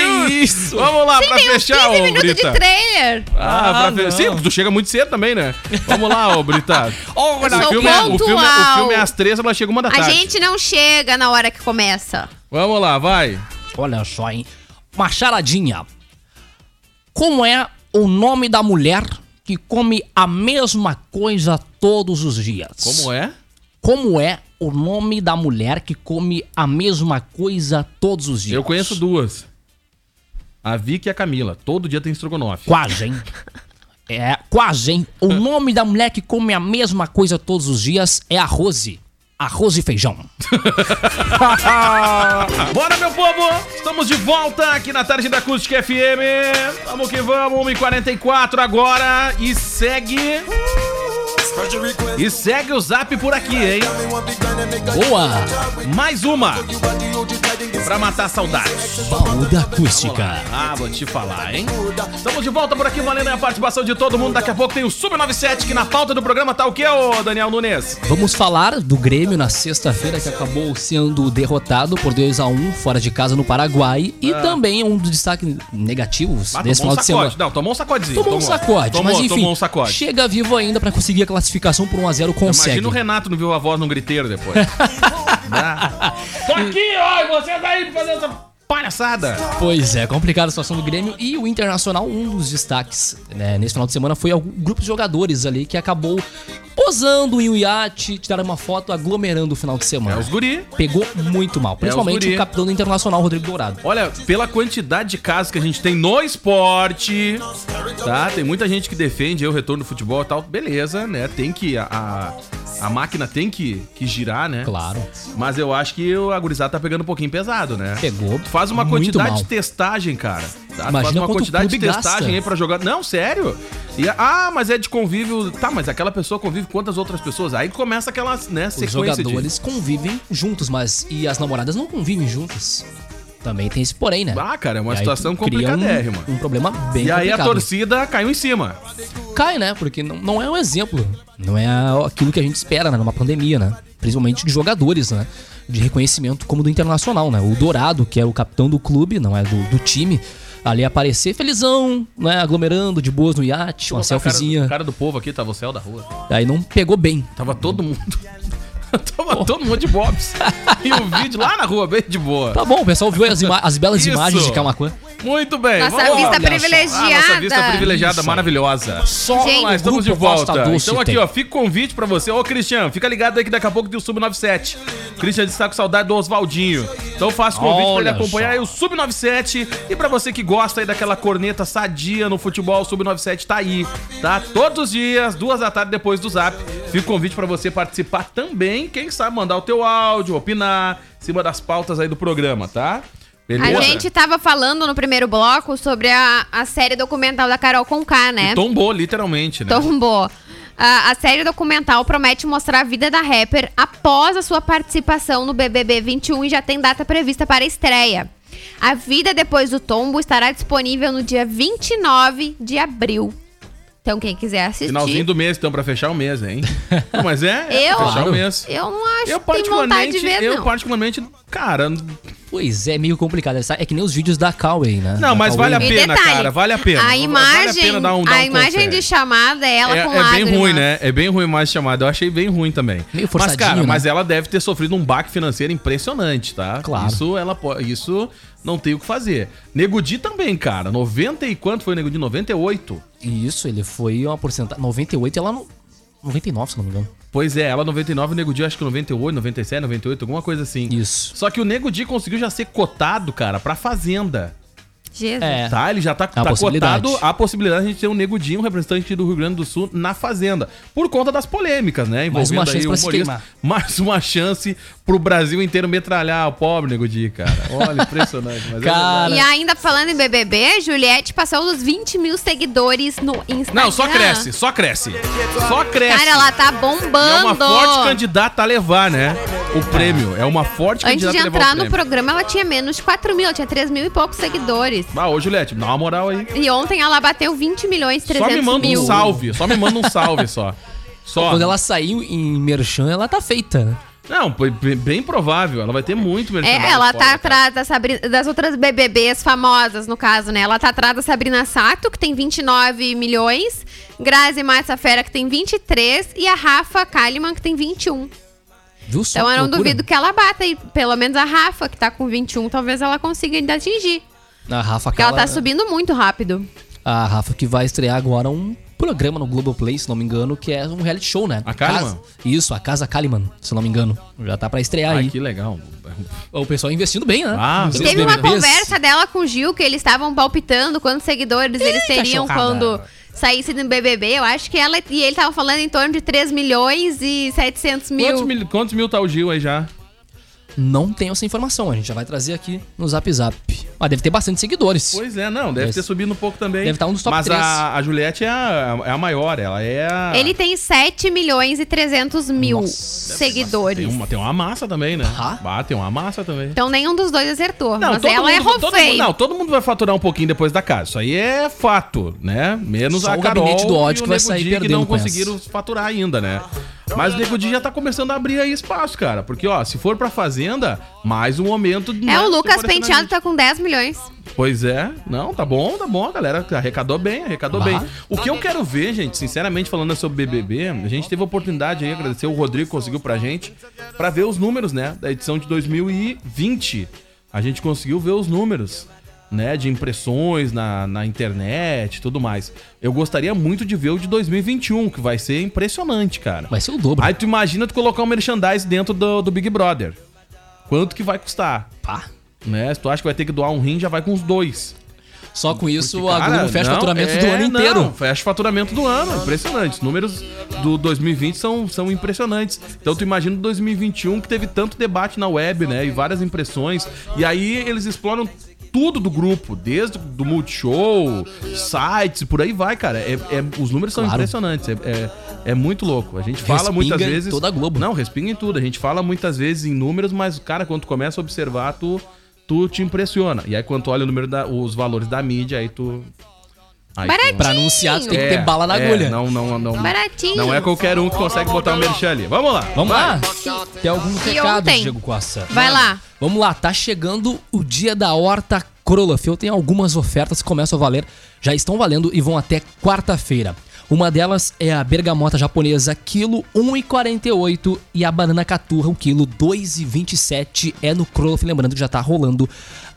B: isso!
A: Vamos lá, pra
C: Tem uns 15
A: fechar, ô
C: minutos
A: Brita.
C: de trailer.
A: Ah, pra
B: Ah,
A: fe...
B: não.
A: Sim, tu chega muito cedo também, né? Vamos lá, ô Brita.
B: Ô,
A: O
C: sou
A: filme, é- o, filme, é- o
C: pontual.
A: filme é às três, ela chega uma da
C: A
A: tarde.
C: gente não chega na hora que começa.
A: Vamos lá, vai.
B: Olha só, hein? Uma charadinha. Como é o nome da mulher que come a mesma coisa todos os dias?
A: Como é?
B: Como é o nome da mulher que come a mesma coisa todos os dias?
A: Eu conheço duas. A Vicky e a Camila. Todo dia tem estrogonofe.
B: Quase, hein? É, quase, hein? O
A: Hum.
B: nome da mulher que come a mesma coisa todos os dias é a Rose. Arroz e feijão.
A: Bora, meu povo! Estamos de volta aqui na tarde da Acústica FM. Vamos que vamos, 1h44 agora. E segue. E segue o zap por aqui, hein?
B: Boa!
A: Mais uma. Pra matar saudades.
B: Baú da acústica.
A: Ah, vou te falar, hein? Estamos de volta por aqui, valendo a participação de todo mundo. Daqui a pouco tem o Sub 97, que na pauta do programa tá o quê, ô Daniel Nunes?
B: Vamos falar do Grêmio na sexta-feira que acabou sendo derrotado por 2 a 1 fora de casa no Paraguai e também um dos destaques negativos
A: Ah,
B: desse
A: tomou um
B: final de semana.
A: sacode. Não, tomou um sacodezinho.
B: Tomou um sacode,
A: tomou,
B: mas enfim,
A: tomou um sacode.
B: chega vivo ainda pra conseguir a classificação por 1 a 0 consegue.
A: Imagina o Renato não viu a voz no griteiro depois. Ah. Tô aqui, ó, e vocês aí fazer essa palhaçada.
B: Pois é, complicada a situação do Grêmio e o Internacional, um dos destaques né, nesse final de semana foi algum grupo de jogadores ali que acabou posando em um iate, tiraram uma foto aglomerando o final de
A: É
B: semana.
A: os guri.
B: Pegou muito mal, principalmente
A: guri.
B: o capitão do Internacional, Rodrigo Dourado.
A: Olha, pela quantidade de casos que a gente tem no esporte, tá? Tem muita gente que defende aí o retorno do futebol e tal. Beleza, né? Tem que... A, a, a máquina tem que, que girar, né?
B: Claro.
A: Mas eu acho que o agurizado tá pegando um pouquinho pesado, né?
B: Pegou
A: Tu faz uma
B: muito
A: quantidade
B: mal.
A: de testagem, cara. Tá? Tu
B: Imagina
A: faz uma
B: quanto o
A: quantidade de
B: clube gasta.
A: testagem aí pra jogar. Não, sério. E, ah, mas é de convívio. Tá, mas aquela pessoa convive com quantas outras pessoas? Aí começa aquela né,
B: Os
A: sequência de.
B: jogadores convivem juntos, mas e as namoradas não convivem juntas. Também tem esse porém, né?
A: Ah, cara, é uma
B: E aí
A: situação
B: tu cria
A: complicadérrima.
B: Um, um problema bem
A: E aí a
B: complicado.
A: torcida caiu em cima.
B: cai, né? Porque não, não é um exemplo. Não é aquilo que a gente espera, né? Numa pandemia, né? Principalmente de jogadores, né? De reconhecimento como do Internacional, né? O Dourado, que é o capitão do clube, não é do, do time, ali aparecer felizão, né? Aglomerando de boas no iate, uma
A: Botar o tá cara-
B: selfiezinha. Uhum.
A: O cara do povo aqui tava o céu da rua.
B: Aí não pegou bem.
A: Tava todo mundo. tava todo mundo de bobs. e o vídeo lá na rua, bem de boa.
B: Tá bom, o pessoal viu as, ima- as belas
A: Isso.
B: imagens de Camacuã.
A: Muito bem.
C: Nossa
A: vamos lá.
C: vista
A: Ah,
C: privilegiada.
A: nossa vista privilegiada
B: Isso.
A: maravilhosa.
B: Só
C: Gente,
A: Vamos lá, estamos de
B: grupo Costa
A: volta.
B: Doce
A: Então aqui,
B: tem.
A: ó, fica o convite pra você. Ô, Cristian, fica ligado aí que daqui a pouco tem o Sub-97. Cristian de saco saudade do Oswaldinho. Então faço o convite pra ele
B: Olha
A: acompanhar
B: só.
A: aí o Sub-97. E pra você que gosta aí daquela corneta sadia no futebol, o Sub-97 tá aí, tá? Todos os dias, duas da tarde depois do Zap. Fica o convite pra você participar também. Quem sabe mandar o teu áudio, opinar, em cima das pautas aí do programa, tá?
C: A gente tava falando no primeiro bloco sobre a, a série documental da Carol Conká, né?
A: E tombou, literalmente, né?
C: Tombou. Então, A, a série documental promete mostrar a vida da rapper após a sua participação no BBB 21 e já tem data prevista para a estreia. A vida depois do tombo estará disponível no dia 29 de abril. Então, quem quiser assistir.
A: Finalzinho do mês, então, pra fechar o mês, hein? Não, mas é, é
C: Eu,
A: pra fechar o mês.
C: eu não acho
A: Eu
C: que tem vontade de
A: particularmente,
C: ver,
A: eu
C: não.
A: particularmente, cara, n-
B: Pois é, meio complicado. sabe? É que nem os vídeos da Cauê, né?
A: não,
B: Da
A: mas
B: Cauê.
A: vale a
C: E
A: pena,
C: detalhe,
A: cara, vale a pena.
C: A imagem,
A: vale a pena dar um, dar
C: a
A: um
C: imagem
A: confere.
C: de chamada é ela
A: é,
C: com
A: é bem
C: lágrimas.
A: ruim, né? É bem ruim mais chamada. Eu achei bem ruim também.
B: Meio
A: mas,
B: forçadinho,
A: cara,
B: né?
A: mas ela deve ter sofrido um baque financeiro impressionante, tá?
B: Claro.
A: Isso ela po- isso não tem o que fazer. Nego Di também, cara. 90 e quanto foi o Nego Di? 98.
B: Isso, ele foi uma porcentagem. 98 e ela no. 99, se não me engano.
A: Pois é, ela 99, o Nego Di acho que 98, 97, 98, alguma coisa assim.
B: Isso.
A: Só que o Nego Di conseguiu já ser cotado, cara, pra Fazenda.
C: Jesus.
B: É.
A: Tá, ele já tá, tá
B: possibilidade.
A: cotado a possibilidade de a gente ter um Nego Di, um representante do Rio Grande do Sul, na Fazenda. Por conta das polêmicas, né?
B: Mais uma
A: Envolvendo
B: chance
A: aí
B: pra se
A: humoristas.
B: queimar.
A: Mais uma chance pro Brasil inteiro metralhar o pobre Nego Di, cara. Olha, impressionante. Mas é verdade.
C: E ainda falando em BBB, Juliette passou dos 20 mil seguidores no Instagram.
A: Não, só cresce, só cresce. Só cresce.
C: Ah. Cara, ela tá
A: E É
C: bombando.
A: uma forte candidata a levar, né? O prêmio. É uma forte
C: Antes de
A: candidata a levar
C: entrar
A: o
C: no
A: prêmio.
C: programa, ela tinha menos de 4 mil, ela tinha 3 mil e poucos seguidores.
A: Ah, ô Juliette, dá uma moral aí.
C: E ontem ela bateu 20 milhões e
A: Só
C: 300
A: me manda
C: mil.
A: um salve. Só me manda um salve só. Só.
B: Quando ela saiu em Merchan, ela tá feita. né?
A: Não, p- b- bem provável. Ela vai ter muito merchandising
C: É, ela
A: fora,
C: tá
A: cara.
C: atrás da Sabrina- das outras BBBs famosas, no caso, né? Ela tá atrás da Sabrina Sato, que tem 29 milhões, Grazi Massa Fera, que tem 23, e a Rafa Kalimann, que tem 21.
B: Viu só?
C: Então eu não
B: que loucura?
C: duvido que ela bata aí. Pelo menos a Rafa, que tá com 21, talvez ela consiga ainda atingir.
B: A Rafa
C: Porque
A: é.
C: ela tá subindo muito rápido.
B: A Rafa que vai estrear agora um programa no Globoplay, se não me engano, que é um reality show, né?
A: A Kalimann?
B: Casa- Isso, a Casa Kalimann, se não me engano. Já tá pra estrear
A: Ai,
B: aí.
A: que legal.
B: O pessoal investindo bem, né?
A: Ah,
B: Nos
A: Os
C: Teve uma
B: BBBs.
C: conversa dela com o Gil, que eles estavam palpitando quantos seguidores
A: tá
C: eles teriam
B: chocada.
C: quando saísse do BBB. Eu acho que ela e ele estavam falando em torno de 3 milhões e 700
A: Quantos
C: mil.
A: mil, quantos mil tá o Gil aí já?
B: Não tenho essa informação, a gente já vai trazer aqui no Zap Zap. Mas deve ter bastante seguidores.
A: Pois é, não, deve
B: Mas-
A: ter subido um pouco também.
B: Deve tá um dos top
A: Mas
B: três.
A: a, a Juliette é a, é a maior, ela é a...
C: Ele tem 7 milhões e 300 mil seguidores.
A: Tem uma, tem uma massa também, né?
B: Ah.
A: Ah, tem uma massa também.
C: Então nenhum dos dois acertou. mas
A: todo
C: ela é
A: mundo-
C: errou
A: todo mundo-
C: feio.
A: Não, todo mundo vai faturar um pouquinho depois da casa. Isso aí é fato, né? Menos
B: Só
A: a
B: o
A: Carol
B: gabinete do ódio
A: e o
B: que vai
A: Nego
B: sair
A: Di, que
B: perdendo
A: não
B: com essa.
A: conseguiram faturar ainda, né? Mas o Nego Di já tá começando a abrir aí espaço, cara. Porque, ó, se for pra Fazenda, mais um aumento...
C: É, o Lucas Penteado tá com 10 milhões.
A: Pois é. Não, tá bom, tá bom, a galera. Arrecadou bem, arrecadou
B: Ah.
A: bem. O que eu quero ver, gente, sinceramente, falando é sobre BBB, a gente teve a oportunidade aí, agradecer o Rodrigo conseguiu pra gente, pra ver os números, né, da edição de 2020. A gente conseguiu ver os números, né, de impressões na, na internet e tudo mais. Eu gostaria muito de ver o de 2021, que vai ser impressionante, cara.
B: Vai ser o dobro.
A: Aí tu imagina tu colocar um merchandise dentro do, do Big Brother. Quanto que vai custar?
B: Pá.
A: Né? Se tu acha que vai ter que doar um rim, já vai com os dois.
B: Só com isso a
A: Cara,
B: Globo fecha o
A: não,
B: faturamento do
A: é,
B: ano
A: não,
B: inteiro.
A: fecha o faturamento do ano, impressionante. Os números do 2020 são, são impressionantes. Então tu imagina o 2021 que teve tanto debate na web, né? E várias impressões. E aí eles exploram tudo do grupo, desde do Multishow, sites, por aí vai, cara. É, é- os números são
B: Claro.
A: impressionantes. É, é, é muito louco. A gente fala
B: Respinga
A: muitas
B: em
A: vezes.
B: toda a Globo.
A: Não, respinga em tudo. A gente fala muitas vezes em números, mas, cara, quando tu começa a observar, tu, tu te impressiona. E aí, quando tu olha o número da, os valores da mídia, aí tu. Aí
C: Baratinho.
B: Pra anunciar, tu tem que ter bala na
A: é,
B: agulha.
A: Não, não, não.
C: Baratinho.
A: Não é qualquer um que consegue botar um merchan ali. Vamos lá.
B: Vamos lá? Tem alguns
C: E
B: recados,
C: ontem?
B: Diego Costa.
C: Vai lá.
B: Vamos lá, tá chegando o dia da horta Crolafeu. Tem algumas ofertas que começam a valer, já estão valendo e vão até quarta-feira. Uma delas é a bergamota japonesa, quilo 1,48 e a banana caturra, o quilo 2,27 é no Kroloff. Lembrando que já tá rolando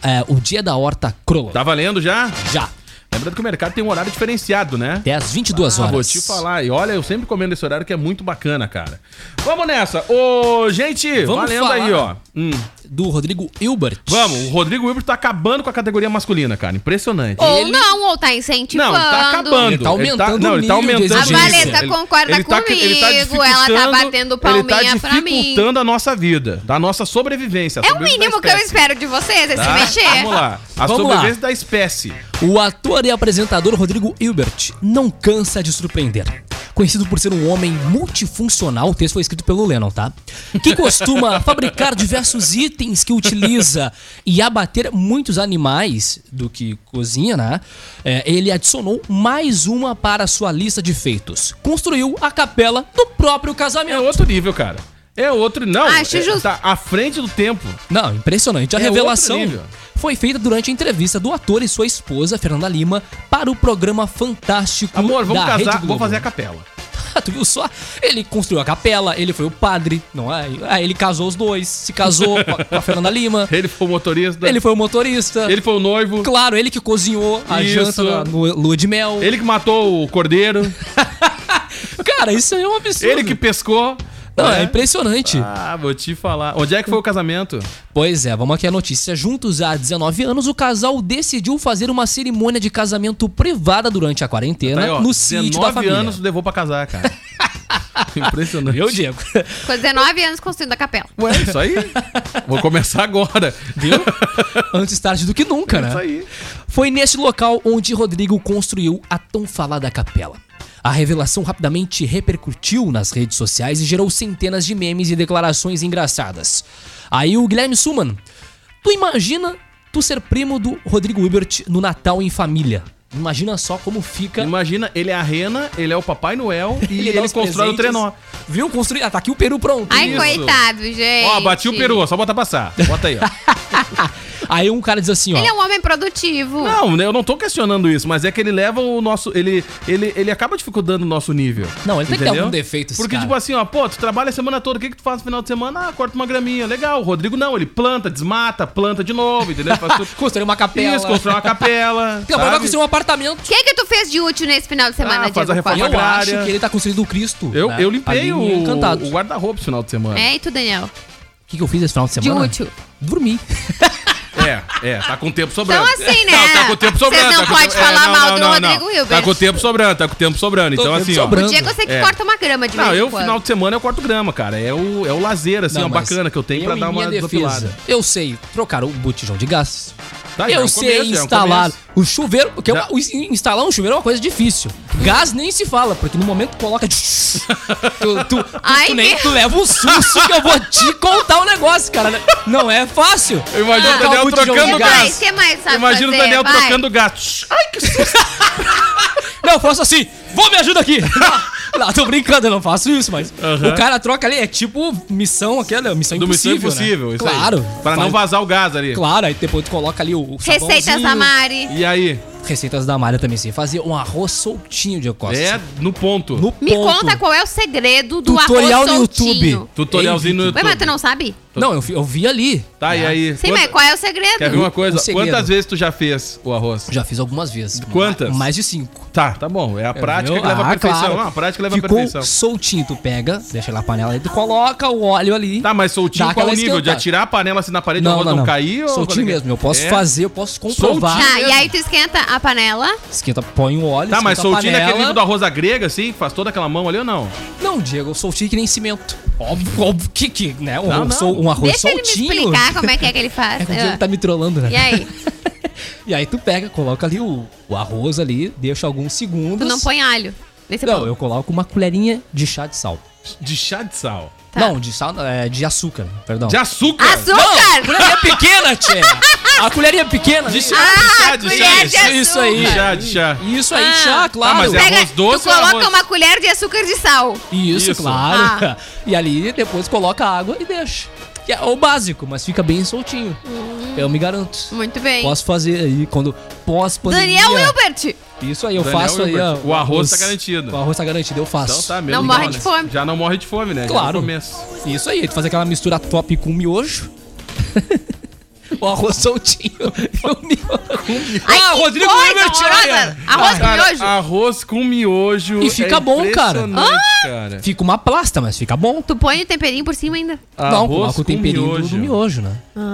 B: é, o dia da horta Kroloff.
A: Tá valendo já?
B: Já,
A: Lembrando que o mercado tem um horário diferenciado, né?
B: até às 22
A: Ah,
B: horas.
A: vou te falar. E olha, eu sempre comendo esse horário que é muito bacana, cara. Vamos nessa. Ô, gente,
B: Vamos
A: valendo
B: falar.
A: aí, ó. Hum,
B: Do Rodrigo Hilbert.
A: vamos, o Rodrigo Wilbert tá acabando com a categoria masculina, cara. Impressionante.
C: Ou
B: Ele-
C: não, ou tá incentivando.
A: Não, ele tá acabando.
B: Ele tá aumentando
A: não, ele tá
B: o nível de
A: aumentando.
B: exigência. A
C: Valeta concorda comigo, ela tá
A: dificultando-
C: batendo palminha
A: ele tá
C: pra mim.
A: dificultando a nossa vida, da nossa sobrevivência. a
C: É o
A: sobrevivência
C: mínimo
A: da
C: que eu
A: espécie,
C: espero de vocês, é
A: tá?
C: se mexer.
A: Vamos lá. A
B: Vamos
A: sobrevivência
B: lá.
A: da espécie.
B: O ator e apresentador Rodrigo Hilbert não cansa de surpreender. Conhecido por ser um homem multifuncional, o texto foi escrito pelo Lennon, tá? Que costuma fabricar diversos itens que utiliza e abater muitos animais do que cozinha, né? É, ele adicionou mais uma para sua lista de feitos. Construiu a capela do próprio
A: É
B: casamento.
A: outro nível, cara. É outro. Não,
C: Acho
A: é,
C: justo.
A: tá à frente do tempo.
B: Não, impressionante. A
A: É
B: revelação
A: outro nível.
B: foi feita durante a entrevista do ator e sua esposa, Fernanda Lima, para o programa Fantástico
A: Amor, vamos
B: da Rede
A: casar,
B: Globo.
A: vamos fazer a capela.
B: Ah, tu viu só? Ele construiu a capela, ele foi o padre, não é? Aí ele casou os dois, se casou com a, com a Fernanda Lima,
A: Ele foi o motorista,
B: ele
A: ele,
B: foi o motorista,
A: foi o noivo,
B: claro, ele que cozinhou a
A: Isso.
B: janta na, no lua de mel.
A: ele que matou o cordeiro,
B: Cara, isso é um absurdo.
A: ele que pescou. né?
B: Não, é, impressionante.
A: Ah, vou te falar. Onde é que foi o casamento?
B: Pois é, vamos aqui à notícia. Juntos há 19 anos, o casal decidiu fazer uma cerimônia de casamento privada durante a quarentena
A: Tá Aí, ó,
B: no sítio da família.
A: anos levou pra casar, cara. Impressionante.
B: Viu, Diego?
C: Com 19 anos construindo a capela.
A: Ué, isso aí. Vou começar agora.
B: Viu? Antes tarde do que nunca, né?
A: É Isso aí.
B: Foi neste local onde Rodrigo construiu a tão falada capela. A revelação rapidamente repercutiu nas redes sociais e gerou centenas de memes e declarações engraçadas. Aí o Guilherme Suman, tu imagina tu ser primo do Rodrigo Hilbert no Natal em família? Imagina só como fica.
A: Imagina, ele é a rena, ele é o Papai Noel e ele,
B: dá os
A: constrói o
B: presentes.
A: trenó.
B: Viu? Construir. Ah, tá aqui o peru pronto.
C: Ai,
A: Isso.
C: coitado, gente.
A: Ó, bati o peru, ó, só bota passar. Bota aí, ó.
B: Aí um cara diz assim, ó.
C: Ele é um homem produtivo.
A: Não, né, eu não tô questionando isso, mas é que ele leva o nosso. Ele, ele, ele acaba dificultando o nosso nível.
B: Não, ele tem que ter algum defeito, esse
A: Porque,
B: cara.
A: tipo assim, ó, pô, tu trabalha a semana toda, o que, que tu faz no final de semana? Ah, corta uma graminha. Legal. O Rodrigo não, ele planta, desmata, planta de novo, entendeu? Faz tudo.
B: Construir uma capela.
A: Isso, constrói uma capela.
B: Não, mas vai
A: sabe?
B: construir um apartamento.
C: O que que tu fez de útil nesse final de semana,
A: Ah, faz a
C: Diego Costa?
A: Uma
B: Eu
A: agrária.
B: acho que ele tá construindo o Cristo.
A: Eu,
B: né?
A: eu limpei
B: Ali
A: o,
B: em Encantados.
A: o guarda-roupa esse final de semana.
C: É, e tu, Daniel?
B: O que, que eu fiz esse final de semana?
C: útil.
B: Dormi.
A: É, é, tá com tempo sobrando.
C: Então, assim, né?
A: Não, tá com tempo
C: Vocês
A: sobrando.
C: não
A: tá com
C: pode
A: tempo-
C: falar
A: não,
C: mal
A: não,
C: do
A: não,
C: Rodrigo
A: não.
C: Hilbert.
A: Tá com tempo sobrando, tá com tempo sobrando. Então,
B: tempo
A: assim,
B: sobrando.
A: ó.
C: O Diego eu sei que
A: É.
C: corta uma grama de
A: Não,
C: vez
A: eu,
C: em quando.
A: final de semana, eu corto grama, cara. É o, é o lazer, assim, ó,
B: mas
A: bacana que eu tenho pra
B: em
A: dar uma
B: minha
A: desopilada.
B: Eu sei trocar o botijão de gás.
A: Tá, já é
B: eu
A: um
B: sei
A: começo, já é um
B: instalar
A: começo.
B: o chuveiro. Porque
A: Já-
B: o- instalar um chuveiro é uma coisa difícil. Gás nem se fala, porque no momento que coloca. tu, tu, tu-
C: Ai,
B: tu nem
C: meu-
B: tu leva um susto que eu vou te contar o negócio, cara. Não é fácil.
A: Eu imagino o
B: Trocar
A: Daniel
B: botijão de
A: trocando
C: que
A: gás.
C: mais? que mais sabe
A: Imagina o
C: fazer?
A: Daniel
C: Vai.
A: trocando gatos.
B: não, eu faço assim, vou me ajuda aqui. Não, não, tô brincando, eu não faço isso, mas
A: Aham.
B: o cara troca ali, é tipo missão aquela, missão
A: Do Missão
B: impossível.
A: Impossível,
B: né?
A: isso
B: Claro.
A: aí. Pra não
B: Faz-
A: vazar o gás ali.
B: Claro, aí depois tu coloca ali o, o
C: Receitas
B: sabãozinho.
C: da Mari.
A: E aí?
B: Receitas da Mari eu também sei fazer. Um arroz soltinho de costa.
A: É no ponto.
B: No
C: Me
B: ponto.
C: conta qual é o segredo do
B: Tutorial
C: arroz
B: no
C: soltinho.
B: YouTube.
A: Tutorialzinho no
C: Ué,
A: YouTube.
C: mas tu não sabe?
B: Não, eu, vi- eu vi ali.
A: Tá, e aí?
C: Sim,
A: Quanta-
C: mas qual é o segredo?
A: Quer ver uma coisa?
B: Um segredo.
A: Quantas vezes tu já fez o arroz?
B: Já fiz algumas vezes.
A: Quantas?
B: Ma- Mais de cinco.
A: Tá, tá bom. É a prática que leva à
B: Ah,
A: perfeição.
B: claro.
A: Não, a prática leva à
B: Ficou
A: perfeição.
B: soltinho, tu pega, deixa lá a panela aí, tu coloca o óleo ali.
A: Tá, mas soltinho
B: Dá
A: qual o
B: aquela
A: nível? De
B: esquentada.
A: atirar a panela assim na parede o
B: Não,
A: arroz
B: não,
A: não,
B: não.
A: cair? ou qual é
B: Soltinho
A: que é?
B: mesmo. Eu posso
A: É.
B: fazer, eu posso comprovar.
A: Soltinho.
C: Tá, e aí tu esquenta a panela.
B: Esquenta, põe o óleo,
A: Tá,
B: esquenta
A: mas
B: a
A: soltinho
B: panela.
A: daquele nível do arroz à grega, assim, que faz toda aquela mão ali ou não?
B: Não, Diego, eu soltinho que nem cimento. Óbvio, óbvio que, que né? Um,
A: Não, não.
B: sol- um arroz
C: Deixa ele me
B: soltinho.
C: explicar como é que é que ele
B: É
C: faz.
B: que o Diego tá me trollando, né?
C: E aí?
B: E aí tu pega, coloca ali o, o arroz ali, deixa alguns segundos.
C: Tu não põe alho. Nesse
B: Não,
C: bolo.
B: eu coloco uma colherinha de chá de sal.
A: De chá de sal.
C: Tá.
B: Não, de sal, é, de açúcar, perdão.
A: De açúcar.
B: Não,
C: Açúcar!
B: colherinha é pequena, tia. A colherinha pequena.
A: De
B: né?
A: chá,
C: Ah,
A: de chá,
C: colher
A: de
C: de
A: chá.
C: açúcar.
B: Isso aí.
A: De chá, de chá.
B: Isso aí,
C: Ah.
B: chá, claro.
A: mas é arroz doce
C: tu
A: ou
C: coloca
A: arroz?
C: uma colher de açúcar de sal.
B: Isso,
A: Isso.
B: claro.
C: Ah.
B: E ali depois coloca a água e deixa. Que é o básico, mas fica bem soltinho.
C: Hum.
B: Eu me garanto.
C: Muito bem.
B: Posso fazer aí quando pós pandemia.
C: Daniel Wilbert!
B: Isso aí, eu
A: Daniel
B: faço aí.
A: Hilbert.
B: ó,
A: O arroz tá garantido.
B: O arroz tá garantido, eu faço.
A: Então tá mesmo.
C: Não
A: legal,
C: morre de
A: né?
C: fome.
A: Já não morre de fome, né? Já
B: Claro.
A: no começo.
B: Isso aí, tu faz aquela mistura top com miojo. o arroz soltinho. e o miojo. Ah,
C: Ai, que coisa horrorosa. Arroz com
A: Cara,
C: miojo.
A: arroz com miojo. é
B: E fica bom, cara.
A: impressionante, cara.
B: Fica uma plasta, mas fica bom.
C: Tu põe o temperinho por cima ainda.
B: Não,
A: Arroz
B: coloca o
A: com
B: temperinho do-
A: miojo.
B: do miojo, né?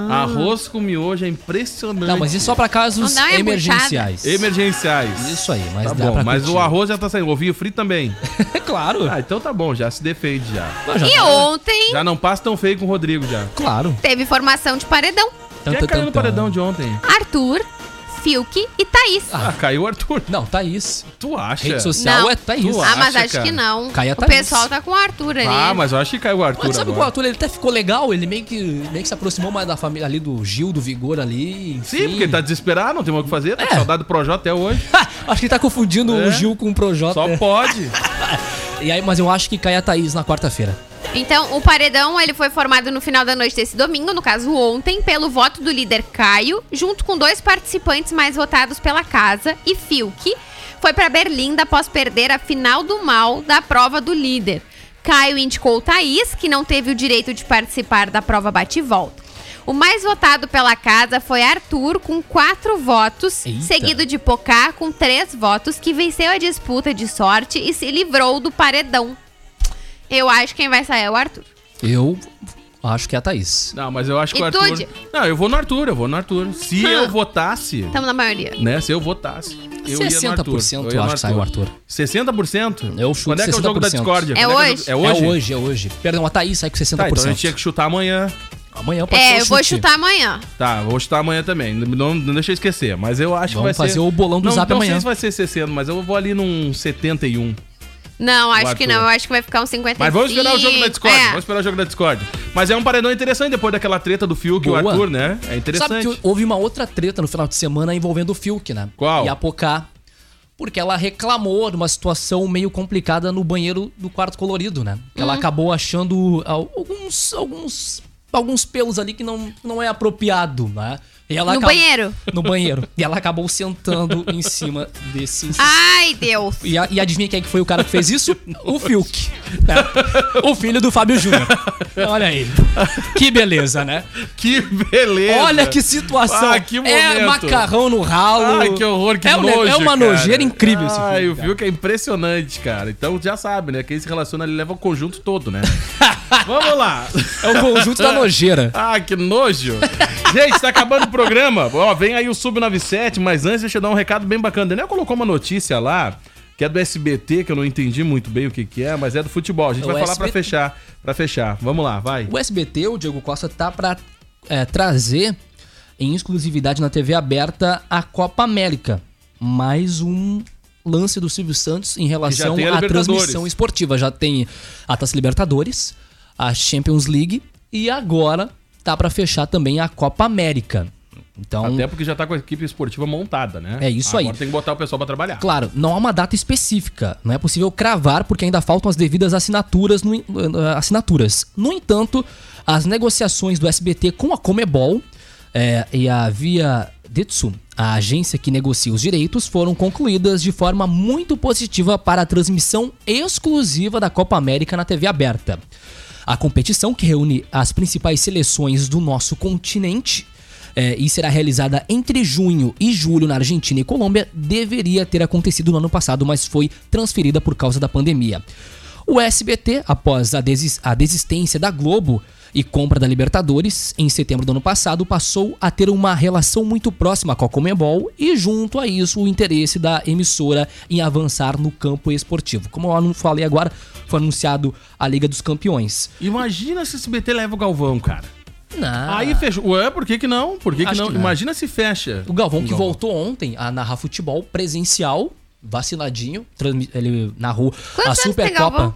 A: Arroz com miojo é impressionante.
B: Não, mas isso só pra casos
C: Não é dá uma
B: emergenciais.
A: Emergenciais.
B: Isso aí, mas
A: Tá
B: dá
A: bom,
B: pra
A: mas
B: curtir.
A: o arroz já tá saindo. Ovinho frito também.
B: É claro.
A: Ah, então tá bom, já se defende já.
B: Não, já
C: E
B: tá-
C: ontem
A: Já não passa tão feio com o Rodrigo já.
B: Claro.
C: teve formação de paredão.
A: Quem é que caiu no paredão de ontem?
C: Arthur, Fiuk e Thaís.
A: Ah, caiu o Arthur.
B: Não, Thaís.
A: Tu acha?
B: Rede social é Thaís.
A: Tu
C: ah, mas
A: acha,
C: acho
A: cara?
C: que não.
B: Caia
C: o
B: Thaís.
C: pessoal tá com o Arthur ali.
A: Ah, mas eu acho que caiu o Arthur
B: Mas sabe qual
A: agora.
B: ator? Ele até ficou legal, ele meio que, meio que se aproximou mais da família ali do Gil, do Vigor ali.
A: Sim,
B: enfim.
A: porque ele tá desesperado, não tem mais o que fazer. Tá
B: É.
A: com saudade do Projota até hoje.
B: acho que ele tá confundindo
A: É.
B: o Gil com o Projota.
A: Só pode.
B: E aí, mas eu acho que cai a Thaís na quarta-feira.
C: Então, o paredão ele foi formado no final da noite desse domingo, no caso ontem, pelo voto do líder Caio, junto com dois participantes mais votados pela casa e Fiuk. Foi para Berlinda após perder a final do mal da prova do líder. Caio indicou Thaís, que não teve o direito de participar da prova bate e volta. O mais votado pela casa foi Arthur, com quatro votos,
B: Eita.
C: seguido de Pocá, com três votos, que venceu a disputa de sorte e se livrou do paredão. Eu acho que quem vai sair é o Arthur.
B: Eu acho que é a Thaís.
A: Não, mas eu acho que o
C: E
A: Arthur.
C: Tude?
A: Não, eu vou no Arthur, eu vou no Arthur. Se
C: Hã? Tá.
A: eu votasse,
C: Estamos na maioria.
A: né? Se eu votasse, eu ia no Arthur.
B: 60%
A: ia
B: eu
A: no
B: acho que sai o Arthur.
A: 60%?
B: Eu chuto
A: Quando é que é o jogo da
B: 60%.
A: Discord?
C: É hoje?
A: É
B: É
A: hoje?
B: hoje, é hoje. Perdão, a Thaís sai com 60%.
A: Tá, então a gente tinha que chutar amanhã.
B: Amanhã pode
A: um
B: ser
C: É,
B: o
C: eu vou
B: chute.
C: chutar amanhã.
A: Tá, vou chutar amanhã também. Não, não deixa eu esquecer, mas eu acho
B: Vamos
A: que vai ser.
B: fazer o bolão do
A: não,
B: Zap
A: não
B: amanhã.
A: sei se vai ser 60, mas eu vou ali num 71.
C: Não, acho que
A: Arthur.
C: não. Eu acho que vai ficar um uns 55.
A: Mas vamos esperar o jogo
B: um,
A: da Discord.
C: É.
A: Vamos esperar o jogo da Discord. Mas é um paredão interessante depois daquela treta do Fiuk e o
B: Boa.
A: Arthur, né? É
B: Sabe
A: interessante.
B: que houve uma outra treta no final de semana envolvendo o Fiuk, né?
A: Qual?
B: E a Pocá. Porque ela reclamou de uma situação meio complicada no banheiro do quarto colorido, né? Que
C: Uhum.
B: Ela acabou achando al- alguns, alguns, alguns pelos ali que não, não é apropriado, né? E ela
C: No
B: acabou-
C: banheiro?
B: No banheiro. E ela acabou sentando em cima desses.
C: Ai, Deus.
B: E, a- e adivinha quem é que foi o cara que fez isso? O Fiuk. né? O filho do Fábio Júnior. Olha aí. Que beleza, né?
A: Que beleza!
B: Olha que situação.
A: Ah, que
B: é
A: momento.
B: macarrão no ralo.
A: Ai, que horror, que
B: é um ne-
A: nojo,
B: É uma
A: cara.
B: nojeira incrível esse
A: Ai,
B: filme.
A: o Fiuk é impressionante, cara. Então já sabe, né? Quem se relaciona ali leva o conjunto todo, né? Vamos lá.
B: É o conjunto da nojeira.
A: Ah, que nojo! Gente, tá acabando o programa. Ó, vem aí o Sub97, mas antes deixa eu dar um recado bem bacana. Daniel colocou uma notícia lá, que é do SBT, que eu não entendi muito bem o que que é, mas é do futebol. A gente
B: É
A: vai
B: o
A: falar pra
B: SBT.
A: fechar, Pra fechar. Vamos lá, vai.
B: O SBT, o Diego Costa, tá pra é, trazer em exclusividade na TV aberta a Copa América. Mais um lance do Silvio Santos em relação
A: tem a
B: à
A: Libertadores.
B: transmissão esportiva. Já tem a Taça Libertadores, a Champions League e agora tá pra fechar também a Copa América. Então,
A: Até porque já tá com a equipe esportiva montada, né?
B: É isso aí.
A: Agora tem que botar o pessoal pra trabalhar.
B: Claro, não há uma data específica. Não é possível cravar porque ainda faltam as devidas assinaturas. No, eh, assinaturas. no entanto, as negociações do SBT com a Comebol eh, e a Via Detsu, a agência que negocia os direitos, foram concluídas de forma muito positiva para a transmissão exclusiva da Copa América na TV aberta. A competição, que reúne as principais seleções do nosso continente, é, e será realizada entre junho e julho na Argentina e Colômbia, deveria ter acontecido no ano passado, mas foi transferida por causa da pandemia. O SBT, após a, desis- a desistência da Globo e compra da Libertadores em setembro do ano passado, passou a ter uma relação muito próxima com a Comembol e, junto a isso, o interesse da emissora em avançar no campo esportivo. Como eu não falei agora, foi anunciado a Liga dos Campeões.
A: Imagina se o SBT leva o Galvão, cara.
B: Não.
A: Aí fechou. Ué, por que que não? Por que que
B: Tá. Acho
A: não?
B: que não.
A: Imagina se fecha.
B: O Galvão é que voltou ontem a narrar futebol presencial, vaciladinho, transmi- ele narrou a
C: Quantos anos tem
B: Supercopa.
C: Galvão?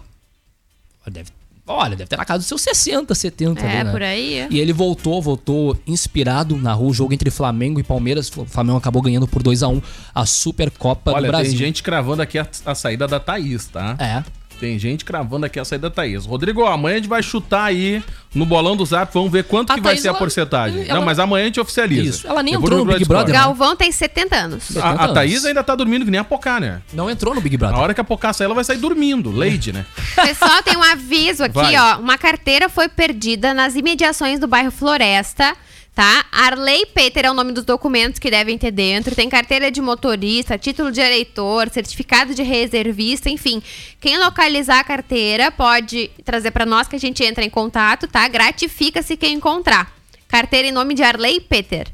B: Deve, olha, deve ter na casa dos seus 60,
A: Tá
B: 70 ali,
C: É,
B: né?
C: por aí.
B: E ele voltou, voltou inspirado, narrou o jogo entre Flamengo e Palmeiras. O Flamengo acabou ganhando por 2 a 1 a Supercopa do
A: Olha, tem
B: Brasil.
A: gente cravando aqui a, a saída da Thaís, tá?
B: É.
A: Tem gente cravando aqui a saída da Thaís. Rodrigo, ó, amanhã a gente vai chutar aí no bolão do Zap, vamos ver quanto
B: A
A: que vai
B: Thaís,
A: ser a
B: ela-
A: porcentagem.
B: ela-
A: não, mas amanhã a gente oficializa.
B: Isso, ela nem
A: Eu vou
B: entrou no
A: grupo
B: Big
A: da Discord.
B: Brother,
C: Galvão tem 70 anos.
A: A, a
B: 70
A: Thaís
B: anos.
A: ainda tá dormindo que nem a Pocá, né?
B: não entrou no Big
A: A
B: Brother.
A: hora que a Pocá sair, ela vai sair dormindo. Lady, né?
C: Pessoal, tem um aviso aqui,
A: Vai.
C: ó. Uma carteira foi perdida nas imediações do bairro Floresta. Tá? Arley Peter é o nome dos documentos que devem ter dentro. Tem carteira de motorista, título de eleitor, certificado de reservista, enfim. Quem localizar a carteira pode trazer pra nós que a gente entra em contato, tá? Gratifica-se quem encontrar. Carteira em nome de Arley Peter.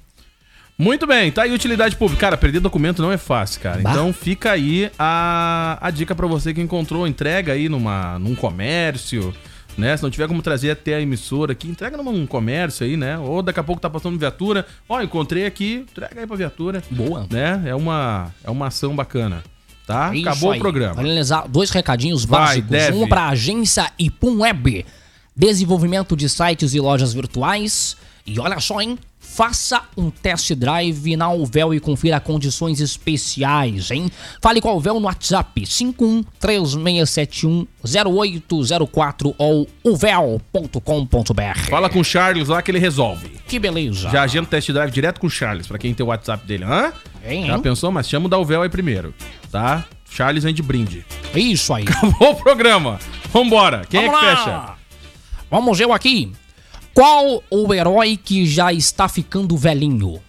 A: Muito bem, tá aí utilidade pública. Cara, perder documento não é fácil, cara.
B: Bah.
A: Então fica aí a, a dica pra você que encontrou. Entrega aí numa, num comércio, né? Se não tiver como trazer até a emissora aqui, entrega num comércio aí, né? Ou daqui a pouco tá passando viatura. Ó, encontrei aqui, entrega aí pra viatura.
B: Boa.
A: Né? É uma, é uma ação bacana, tá?
B: É Isso
A: Acabou
B: aí.
A: o programa.
B: Vale analisar dois recadinhos
A: Vai,
B: básicos.
A: deve.
B: Um para a agência Ipum Web. Desenvolvimento de sites e lojas virtuais. E olha só, hein? Faça um test drive na Alvel e confira condições especiais, hein? Fale com a Alvel no WhatsApp 5136710804 ou uvel.com.br.
A: Fala com o Charles lá que ele resolve.
B: Que beleza.
A: Já agenda o test drive direto com o Charles, pra quem tem o WhatsApp dele. Hã?
B: Hein,
A: Já
B: hein?
A: pensou? Mas chama o Dalvel aí primeiro, tá? Charles vem de brinde.
B: É Isso aí.
A: Acabou o programa. Vambora. Quem
B: Vamos
A: é que
B: lá.
A: fecha?
B: Vamos eu aqui. Qual o herói que já está ficando velhinho?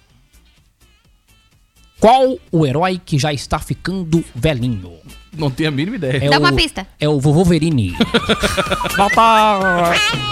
B: Qual o herói que já está ficando velhinho?
A: Não tenho a mínima ideia.
B: É
G: Dá
B: o-
G: uma pista.
B: É o Vovoverine. Batalha!